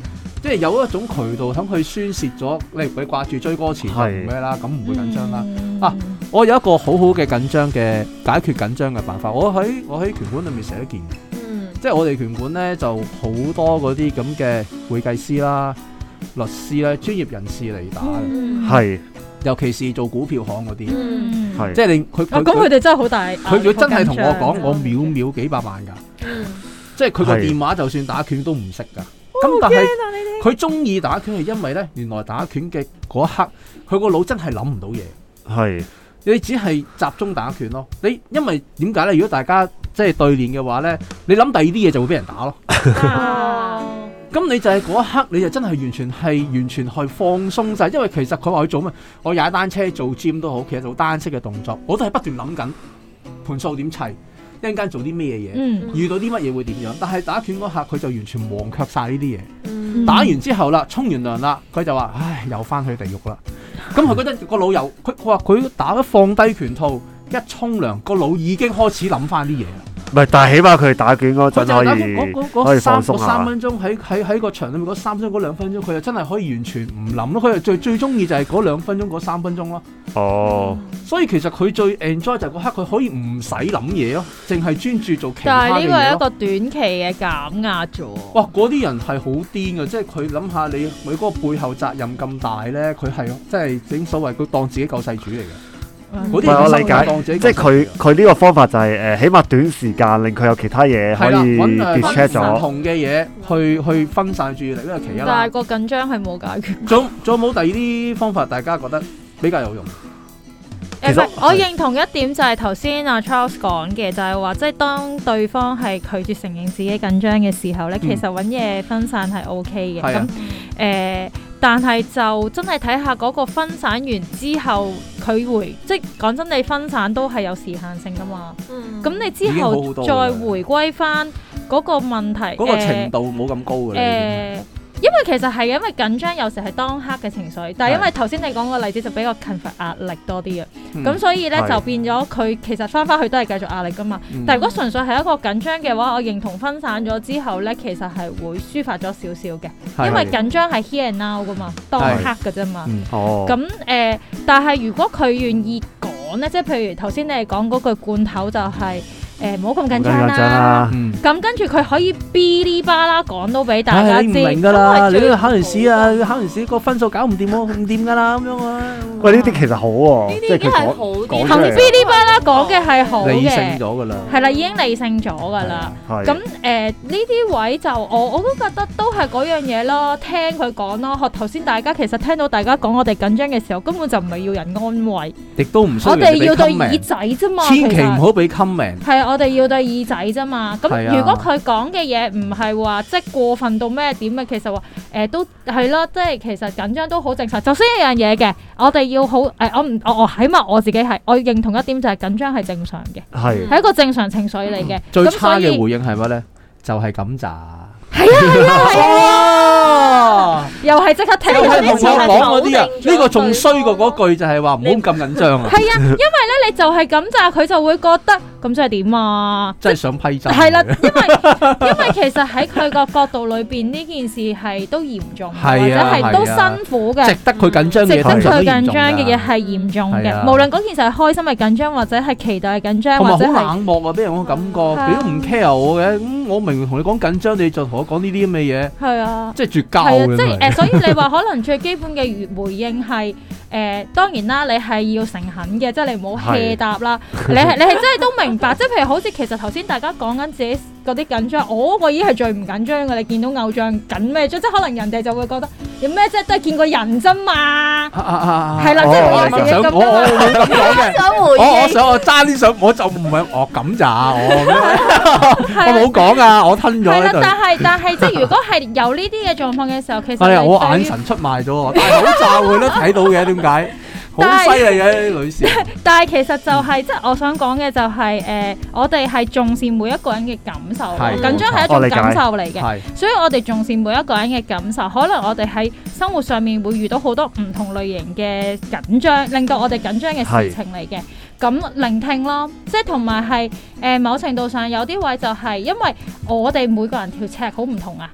Speaker 2: 即係有一種渠道等佢宣泄咗，你你掛住追歌詞就唔咩啦，咁唔會緊張
Speaker 3: 嗯
Speaker 2: 啦。啊我有一個好好嘅緊張嘅解決緊張嘅辦法，我喺我喺拳館裏面成日都見嘅，
Speaker 3: 嗯，
Speaker 2: 即係我哋拳館咧就好多嗰啲咁嘅會計師啦、律師啦、專業人士嚟打嘅，
Speaker 3: 嗯
Speaker 1: 係
Speaker 2: 尤其是做股票行嗰啲，
Speaker 3: 嗯
Speaker 4: 嗯
Speaker 1: 係
Speaker 2: 即係你佢
Speaker 4: 啊，
Speaker 2: 佢
Speaker 4: 咁佢
Speaker 2: 佢
Speaker 4: 哋真係好大壓力，
Speaker 2: 佢如果真係同我
Speaker 4: 好
Speaker 2: 講，
Speaker 4: 緊張啊
Speaker 2: 我秒秒幾百萬㗎，
Speaker 3: 嗯
Speaker 2: 即係佢個
Speaker 1: 係
Speaker 2: 電話就算打拳都唔識㗎。咁但係佢中意打拳係因為咧，原來打拳嘅嗰一刻，佢個腦真係諗唔到嘢。
Speaker 1: 係
Speaker 2: 你只係集中打拳咯。你因為點解咧？如果大家即係對練嘅話咧，你諗第二啲嘢就會俾人打咯。
Speaker 3: 啊
Speaker 1: 哦
Speaker 2: 咁你就係嗰一刻，你就真係完全係完全去放鬆晒。因為其實佢話佢做咩，我踩單車做 gym 都好，其實做單式嘅動作，我都係不斷諗緊盤數點砌，一陣間做啲咩嘢，
Speaker 4: 嗯
Speaker 2: 遇到啲乜嘢會點樣。但係打拳嗰刻，佢就完全忘卻晒呢啲嘢。
Speaker 3: 嗯
Speaker 2: 打完之後啦，沖完涼啦，佢就話：唉，又翻去地獄啦。咁佢覺得個腦有，佢佢話佢打一放低拳套，一沖涼，個腦已經開始諗翻啲嘢啦。
Speaker 1: 唔係？但係起碼佢打卷嗰
Speaker 2: 佢
Speaker 1: 陣
Speaker 2: 就係打
Speaker 1: 可
Speaker 2: 嗰嗰
Speaker 1: 以
Speaker 2: 嗰
Speaker 1: 可以
Speaker 2: 嗰三
Speaker 1: 放
Speaker 2: 嗰
Speaker 1: 鬆
Speaker 2: 三
Speaker 1: 下。
Speaker 2: 分鐘喺喺喺個場裏面嗰三分鐘嗰兩分鐘，佢就真係可以完全唔諗咯。佢就最最中意就係嗰兩分鐘嗰三分鐘咯。
Speaker 1: 哦，
Speaker 2: 所以其實佢最 enjoy 就係嗰刻佢可以唔使諗嘢咯，淨係專注做其他
Speaker 4: 但
Speaker 2: 嘅
Speaker 4: 係呢個
Speaker 2: 嘢
Speaker 4: 係
Speaker 2: 咯。
Speaker 4: 一個短期嘅減壓啫喎。
Speaker 2: 哇！嗰啲人係好癲嘅，即係佢諗下你佢嗰個背後責任咁大咧，佢係即係整所謂佢當自己救世主嚟嘅。嗰
Speaker 1: 唔
Speaker 2: 啲
Speaker 1: 係
Speaker 2: 人
Speaker 1: 我
Speaker 2: 生
Speaker 1: 理
Speaker 2: 活
Speaker 1: 解
Speaker 2: 當自己
Speaker 1: 即係佢佢呢個方法就係誒，起碼短時間令佢有其他嘢可
Speaker 2: 係啦，
Speaker 1: 以
Speaker 2: 揾啊
Speaker 1: distract
Speaker 2: 唔
Speaker 1: 咗。
Speaker 2: 同嘅嘢去去分散注意力，呢個其一
Speaker 4: 但
Speaker 2: 啦
Speaker 4: 係。個緊張係冇解決。
Speaker 2: 仲仲有冇第二啲方法大家覺得比較有用？
Speaker 1: 其實
Speaker 4: 誒，唔係我認同一點就係頭先阿 Charles 講嘅，就係話即係當對方係拒絕承認自己緊張嘅時候咧，
Speaker 2: 嗯
Speaker 3: 嗯
Speaker 4: 其實揾嘢分散係 OK 嘅。
Speaker 2: 係啊
Speaker 4: 咁誒、呃但係就真係睇下嗰個分散完之後，佢回即係講真，你分散都係有時限性噶嘛。
Speaker 2: 哦
Speaker 3: 嗯
Speaker 4: 咁你
Speaker 3: 嗯
Speaker 4: 之
Speaker 5: 已經好好
Speaker 4: 後
Speaker 5: 多
Speaker 4: 再
Speaker 5: 啦
Speaker 4: 回歸翻嗰個問題，
Speaker 5: 嗰個
Speaker 4: 誒
Speaker 5: 程度冇咁高嘅
Speaker 4: 誒、
Speaker 5: 啦，已
Speaker 4: 因為其實係因為緊張，有時係當刻嘅情緒，但係因
Speaker 5: 係
Speaker 4: 為頭先你講個例子就比較近乏壓力多啲嘅，
Speaker 5: 嗯經係
Speaker 4: 咁、所以咧
Speaker 1: 係
Speaker 4: 就變咗佢其實翻返去都係繼續壓力噶嘛。
Speaker 5: 嗯
Speaker 4: 但係如果純粹係一個緊張嘅話，我認同分散咗之後咧，其實係會抒發咗少少嘅，
Speaker 2: 係
Speaker 4: 因為緊張係 here and now 噶嘛，當刻嘅啫嘛。
Speaker 1: 哦，
Speaker 4: 咁誒、呃但係如果佢願意講咧，即係譬如頭先你哋講嗰句罐頭就係誒唔好咁緊
Speaker 1: 好
Speaker 4: 張
Speaker 1: 緊張
Speaker 4: 啦。
Speaker 1: 啦，
Speaker 5: 嗯
Speaker 4: 咁跟住佢可以嗶哩吧啦講到俾大家
Speaker 2: 唉，
Speaker 4: 知，
Speaker 2: 你唔明㗎啦，
Speaker 4: 咁係
Speaker 2: 你
Speaker 4: 最
Speaker 2: 都要考完試啊，
Speaker 4: 好
Speaker 2: 考完試個分數搞唔掂喎，唔掂㗎啦，咁樣啊，
Speaker 1: 喂，呢啲其實好喎，
Speaker 3: 呢
Speaker 1: 即
Speaker 3: 啲
Speaker 1: 係
Speaker 3: 已經
Speaker 1: 佢
Speaker 3: 係
Speaker 1: 講
Speaker 3: 好啲，
Speaker 1: 講
Speaker 4: 行
Speaker 1: 出
Speaker 4: 嗶
Speaker 1: 嚟
Speaker 4: 哩吧
Speaker 2: 哦
Speaker 4: 啦講嘅係好
Speaker 2: 理性咗
Speaker 4: 嘅，
Speaker 2: 㗎啦，
Speaker 4: 係啦，已經理性咗㗎啦。
Speaker 1: 係啊
Speaker 4: 咁誒呢啲位就我我都覺得都係嗰樣嘢咯，聽佢講咯。學頭先大家其實聽到大家講我哋緊張嘅時候，根本就唔係要人安慰，
Speaker 2: 亦都唔需要
Speaker 4: 我哋要
Speaker 2: 人哋俾
Speaker 4: 對
Speaker 2: comment
Speaker 4: 耳仔啫嘛。
Speaker 2: 千祈唔
Speaker 4: 其實。
Speaker 2: 好俾 comment。
Speaker 4: 係啊，我哋要對耳仔啫嘛。咁
Speaker 2: 係啊
Speaker 4: 如果佢講嘅嘢唔係話即係過分到咩點啊嘅，其實話誒、都係咯，即係其實緊張都好正常。首先一樣嘢嘅，我哋要好誒、我唔我我起碼我自己係我認同一點就係緊張係正常嘅，
Speaker 1: 係
Speaker 4: 係一個正常情緒嚟嘅。
Speaker 2: 嗯最
Speaker 4: 咁
Speaker 2: 差
Speaker 4: 所以
Speaker 2: 嘅回應係乜咧？就係咁咋。
Speaker 4: 啊 又係即刻聽
Speaker 2: 因
Speaker 4: 到
Speaker 2: 為
Speaker 4: 啲
Speaker 2: 同我
Speaker 4: 錢係
Speaker 2: 講嗰啲啊，呢個仲衰過嗰句就係話唔好咁緊張啊，
Speaker 4: 係啊，因為咧你就係咁咋，佢就會覺得咁即係點啊？
Speaker 2: 真係想批真。
Speaker 4: 係啦，因為因為其實喺佢個角度裏邊呢件事係都嚴重，或者
Speaker 2: 係啊
Speaker 4: 係都
Speaker 2: 係啊
Speaker 4: 辛苦
Speaker 2: 值
Speaker 4: 嘅。
Speaker 2: 得佢緊張嘅
Speaker 4: 值
Speaker 2: 嘢，
Speaker 4: 得
Speaker 1: 通常
Speaker 4: 佢
Speaker 2: 緊
Speaker 4: 緊張嘅嘢係嚴重
Speaker 2: 係啊
Speaker 4: 嘅，無論嗰件事係開心係緊張，或者係期待係緊張，
Speaker 2: 同
Speaker 4: 或
Speaker 2: 埋好
Speaker 4: 者係
Speaker 2: 冷漠啊，俾人嗰個感
Speaker 4: 係啊
Speaker 2: 覺，你都唔 care 我嘅，咁我明明同你講緊張，你就同我講呢啲咁嘅嘢，
Speaker 4: 係啊。
Speaker 2: 即係絕交
Speaker 4: 係啊，
Speaker 2: 嘅
Speaker 4: 即
Speaker 2: 真
Speaker 4: 係誒、
Speaker 2: 係。
Speaker 4: 所以你話可能最基本嘅回應係誒、當然啦，你係要誠懇嘅，即係你唔好 hea
Speaker 1: 係
Speaker 4: 答啦。你係你係真係都明白， 即係譬如好似其實頭先大家講緊自己嗰啲緊張，我嗰個已經係最唔緊張嘅。你見到偶像緊咩張？即係可能人哋就會覺得有咩啫，都係見過人啫嘛。
Speaker 2: 啊啊啊啊
Speaker 4: 係啦，即係
Speaker 1: 哦
Speaker 4: 我
Speaker 1: 你
Speaker 4: 自
Speaker 2: 我
Speaker 4: 己
Speaker 2: 想
Speaker 4: 咁
Speaker 2: 我我
Speaker 4: 樣。
Speaker 2: 冇咁講嘅。
Speaker 3: 想回
Speaker 2: 我我
Speaker 3: 應，
Speaker 2: 想我揸啲相，我就唔係我咁咋，我
Speaker 4: 係啦
Speaker 2: 我冇講啊，我吞咗
Speaker 4: 係啦
Speaker 2: 喺，度。
Speaker 4: 但係但係即係如果係有呢啲嘅狀況嘅時候，其實
Speaker 2: 哎呀，
Speaker 4: 你
Speaker 2: 我
Speaker 4: 對於
Speaker 2: 眼神出賣咗我，戴口罩佢都睇到嘅，點解？好
Speaker 4: 但係
Speaker 2: 犀利嘅呢啲女士，
Speaker 4: 但係其實就係、即係我想講嘅就係、誒、我哋係重視每一個人嘅感受咯，
Speaker 2: 係
Speaker 4: 緊
Speaker 2: 冇
Speaker 4: 張
Speaker 2: 錯
Speaker 4: 係一
Speaker 1: 我
Speaker 4: 種
Speaker 1: 理解
Speaker 4: 感受嚟嘅，
Speaker 2: 係
Speaker 4: 所以我哋重視每一個人嘅感受。可能我哋喺生活上面會遇到好多唔同類型嘅緊張，令到我哋緊張嘅事情嚟嘅。咁聆聽咯，即係同埋係誒某程度上有啲位就係因為我哋每個人條尺好唔同啊，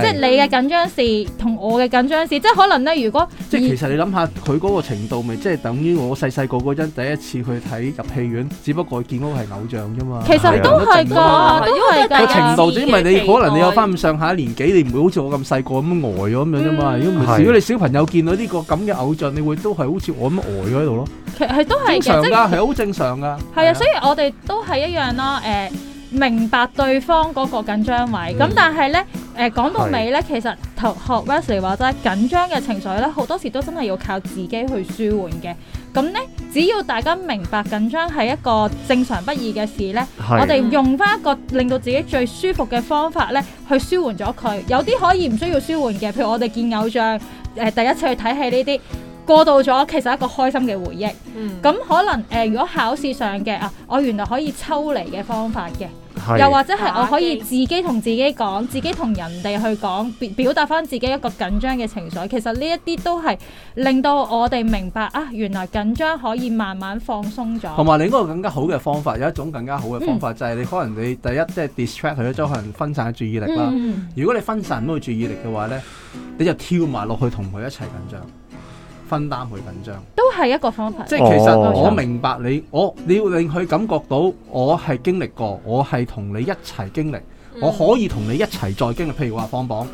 Speaker 4: 即係
Speaker 2: 係。
Speaker 4: 你嘅緊張事同我嘅緊張事，即係可能咧，如果
Speaker 2: 即係其實你諗下，佢嗰個程度咪即係等於我細細個嗰陣第一次去睇入戲院，只不過見嗰個係偶像啫嘛。
Speaker 4: 其實都係
Speaker 2: 係啊
Speaker 4: 個，都係
Speaker 3: 係
Speaker 2: 個
Speaker 3: 啊
Speaker 4: 㗎
Speaker 2: 程度，只因為你可能你有
Speaker 3: 期待
Speaker 2: 翻咁上下年紀，你唔會好似我咁細個咁呆咗咁樣啫嘛。
Speaker 4: 嗯
Speaker 2: 如果唔係，
Speaker 1: 係
Speaker 2: 如果你小朋友見到呢個咁嘅偶像，你會都係好似我咁呆咗喺度咯。
Speaker 4: 其係都係
Speaker 2: 正
Speaker 4: 嘅，
Speaker 2: 常
Speaker 4: 即係
Speaker 2: 㗎，係好正常㗎。
Speaker 4: 係啊，所以我哋都係一樣啦。誒、明白對方嗰個緊張位，咁、但係咧誒講到尾咧，其實頭學 Wesley 話齋，緊張嘅情緒咧，好多時都真係要靠自己去舒緩嘅。咁咧，只要大家明白緊張係一個正常不易嘅事咧，我
Speaker 1: 係
Speaker 4: 哋用翻一個令到自己最舒服嘅方法咧，去舒緩咗佢。有啲可以唔需要舒緩嘅，譬如我哋見偶像誒、第一次去睇戲呢啲，過渡咗其實係一個開心嘅回憶。
Speaker 3: 嗯
Speaker 4: 咁可能誒、呃如果考試上嘅啊，我原來可以抽離嘅方法嘅，
Speaker 1: 係
Speaker 4: 又或者係我可以
Speaker 3: 打
Speaker 4: 自己同自己講，自己同人哋去講，表表達翻自己一個緊張嘅情緒。其實呢一啲都係令到我哋明白啊，原來緊張可以慢慢放鬆
Speaker 2: 同
Speaker 4: 咗。
Speaker 2: 埋你嗰個更加好嘅方法，有一種更加好嘅方
Speaker 4: 嗯
Speaker 2: 法就係你可能你第一即係 distract 佢咧，即係可能分散注意力啦。
Speaker 4: 嗯，
Speaker 2: 如果你分散唔到佢注意力嘅話咧，你就跳埋落去同佢一齊緊張，分擔佢緊張。
Speaker 4: 都係一個方法。
Speaker 2: 即係其實
Speaker 1: 哦
Speaker 2: 我明白你，我你要令佢感覺到我係經歷過，我係同你一齊經歷，
Speaker 3: 嗯
Speaker 2: 我可以同你一齊再經歷。譬如話放榜，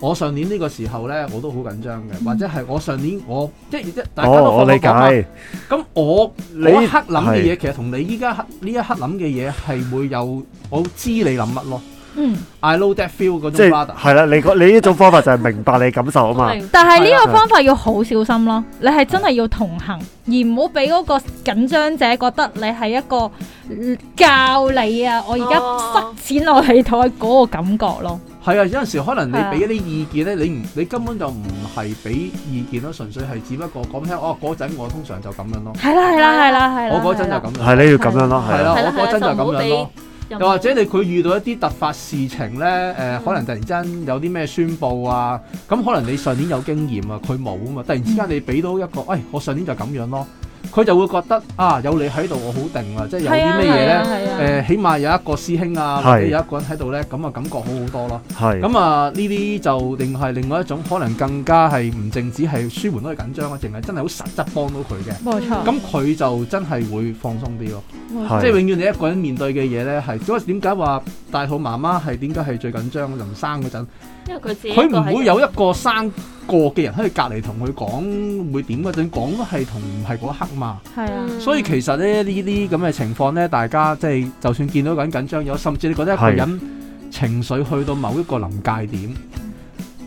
Speaker 2: 我上年呢個時候呢，我都好緊張嘅，或者係我上年我即係大家
Speaker 1: 哦，
Speaker 2: 都
Speaker 1: 我
Speaker 2: 放
Speaker 1: 理
Speaker 2: 咗榜啦
Speaker 1: 解，
Speaker 2: 咁我
Speaker 1: 你
Speaker 2: 嗰一刻諗嘅嘢，其實同你依家呢一刻諗嘅嘢係會有，我知你諗乜咯。
Speaker 4: 嗯，
Speaker 2: I know that feel 嗰
Speaker 1: 即
Speaker 2: 種 brother
Speaker 1: 係係啦，你個你呢種方法就係明白你感受啊 嘛，
Speaker 4: 但係呢
Speaker 1: 係
Speaker 4: 個
Speaker 1: 啊
Speaker 4: 方法要好小心咯。你係真係要同行，而唔好俾嗰個緊張者覺得你係一個嗯教你啊，我而家
Speaker 3: 哦
Speaker 4: 塞錢落你袋嗰個感覺咯。
Speaker 2: 係啊，有陣時可能
Speaker 4: 係啊
Speaker 2: 你俾一啲意見咧，你唔你根本就唔係俾意見咯，純粹係只不過講聽哦嗰陣我通常就咁樣咯，
Speaker 4: 係啦係啦係啦係啦，
Speaker 2: 我嗰陣就
Speaker 4: 係啦
Speaker 2: 咁樣，
Speaker 1: 係你要咁樣咯，係
Speaker 2: 係啦，
Speaker 1: 啦，
Speaker 3: 係啦
Speaker 2: 我嗰陣就
Speaker 3: 係啦就唔好
Speaker 2: 咁樣咯。
Speaker 3: 又
Speaker 2: 又或者你佢遇到一啲突發事情咧，誒、
Speaker 4: 嗯
Speaker 2: 可能突然間有啲咩宣佈啊，咁可能你上年有經驗啊，佢冇啊嘛，突然之間你俾到一
Speaker 4: 嗯
Speaker 2: 個，誒、哎我上年就咁樣咯，佢就會覺得啊，有你喺度我好定啦，即係有啲咩嘢
Speaker 4: 係
Speaker 2: 咧
Speaker 4: 啊，係
Speaker 2: 誒、
Speaker 4: 啊
Speaker 2: 起碼有一個師兄
Speaker 1: 係
Speaker 2: 啊，或者有一個人喺度咧，咁啊感覺好好多咯。
Speaker 1: 係
Speaker 2: 咁啊，呢啲就另係另外一種，可能更加係唔淨止係舒緩到佢緊張啊，淨係真係好實質幫到佢嘅。
Speaker 4: 冇錯。
Speaker 2: 咁佢就真係會放鬆啲咯。
Speaker 4: 冇
Speaker 1: 係
Speaker 4: 錯
Speaker 2: 即係永遠你一個人面對嘅嘢咧，係所以點解話大肚媽媽係點解係最緊張臨生嗰陣？
Speaker 3: 因為佢自己
Speaker 2: 佢唔會有一個生過嘅人喺佢隔離同佢講會點嗰陣，講都係同唔係嗰一刻嘛。
Speaker 4: 係啊，
Speaker 2: 所以
Speaker 3: 嗯
Speaker 2: 其實咧呢啲咁嘅情況咧，大家即係就算見到一個人緊張咗，甚至你覺得一個人情緒去到某一個臨界點，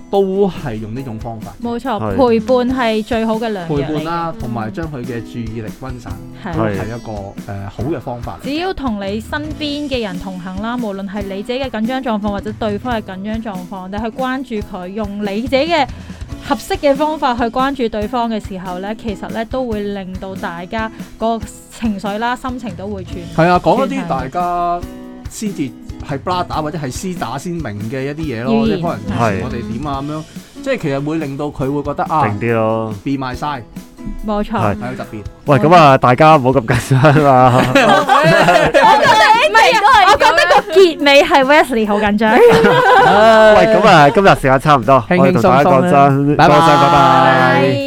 Speaker 2: 都係用呢種方法
Speaker 4: 冇錯，
Speaker 1: 係
Speaker 4: 陪伴係最好嘅良藥
Speaker 2: 陪
Speaker 4: 嚟
Speaker 2: 伴啦，
Speaker 3: 嗯
Speaker 2: 同埋將佢嘅注意力分散，
Speaker 4: 嘅，
Speaker 2: 都
Speaker 4: 係啊
Speaker 1: 係。
Speaker 2: 係一個誒、呃好嘅方法嚟。
Speaker 4: 只要同你身邊嘅人同行啦，無論係你自己嘅緊張狀況或者對方嘅緊張狀況，你去關注佢，用你自己嘅合適嘅方法去關注對方嘅時候呢，其實呢都會令到大家個情緒啦、心情都會轉。
Speaker 2: 係啊，講一啲
Speaker 4: 算係
Speaker 2: 大家先至係 bra 打或者係私打先明嘅一啲嘢咯，
Speaker 4: 語
Speaker 2: 即
Speaker 4: 言
Speaker 2: 係可能以前我哋點啊咁樣，即係其實會令到佢會覺得啊
Speaker 1: 定啲咯。
Speaker 2: ，be my side
Speaker 4: 冇錯，
Speaker 2: 係好特別。
Speaker 1: 喂，咁啊，大家唔好咁緊張 啦。
Speaker 4: 唔係啊，我覺得個結尾係 Wesley 好緊張。
Speaker 1: 喂，咁啊，今日時間差唔多，
Speaker 2: 輕輕
Speaker 1: 我哋同大家
Speaker 2: 鬆鬆
Speaker 1: 講
Speaker 2: 啦
Speaker 1: 真，
Speaker 2: 拜拜
Speaker 1: 多謝，拜拜。
Speaker 4: 拜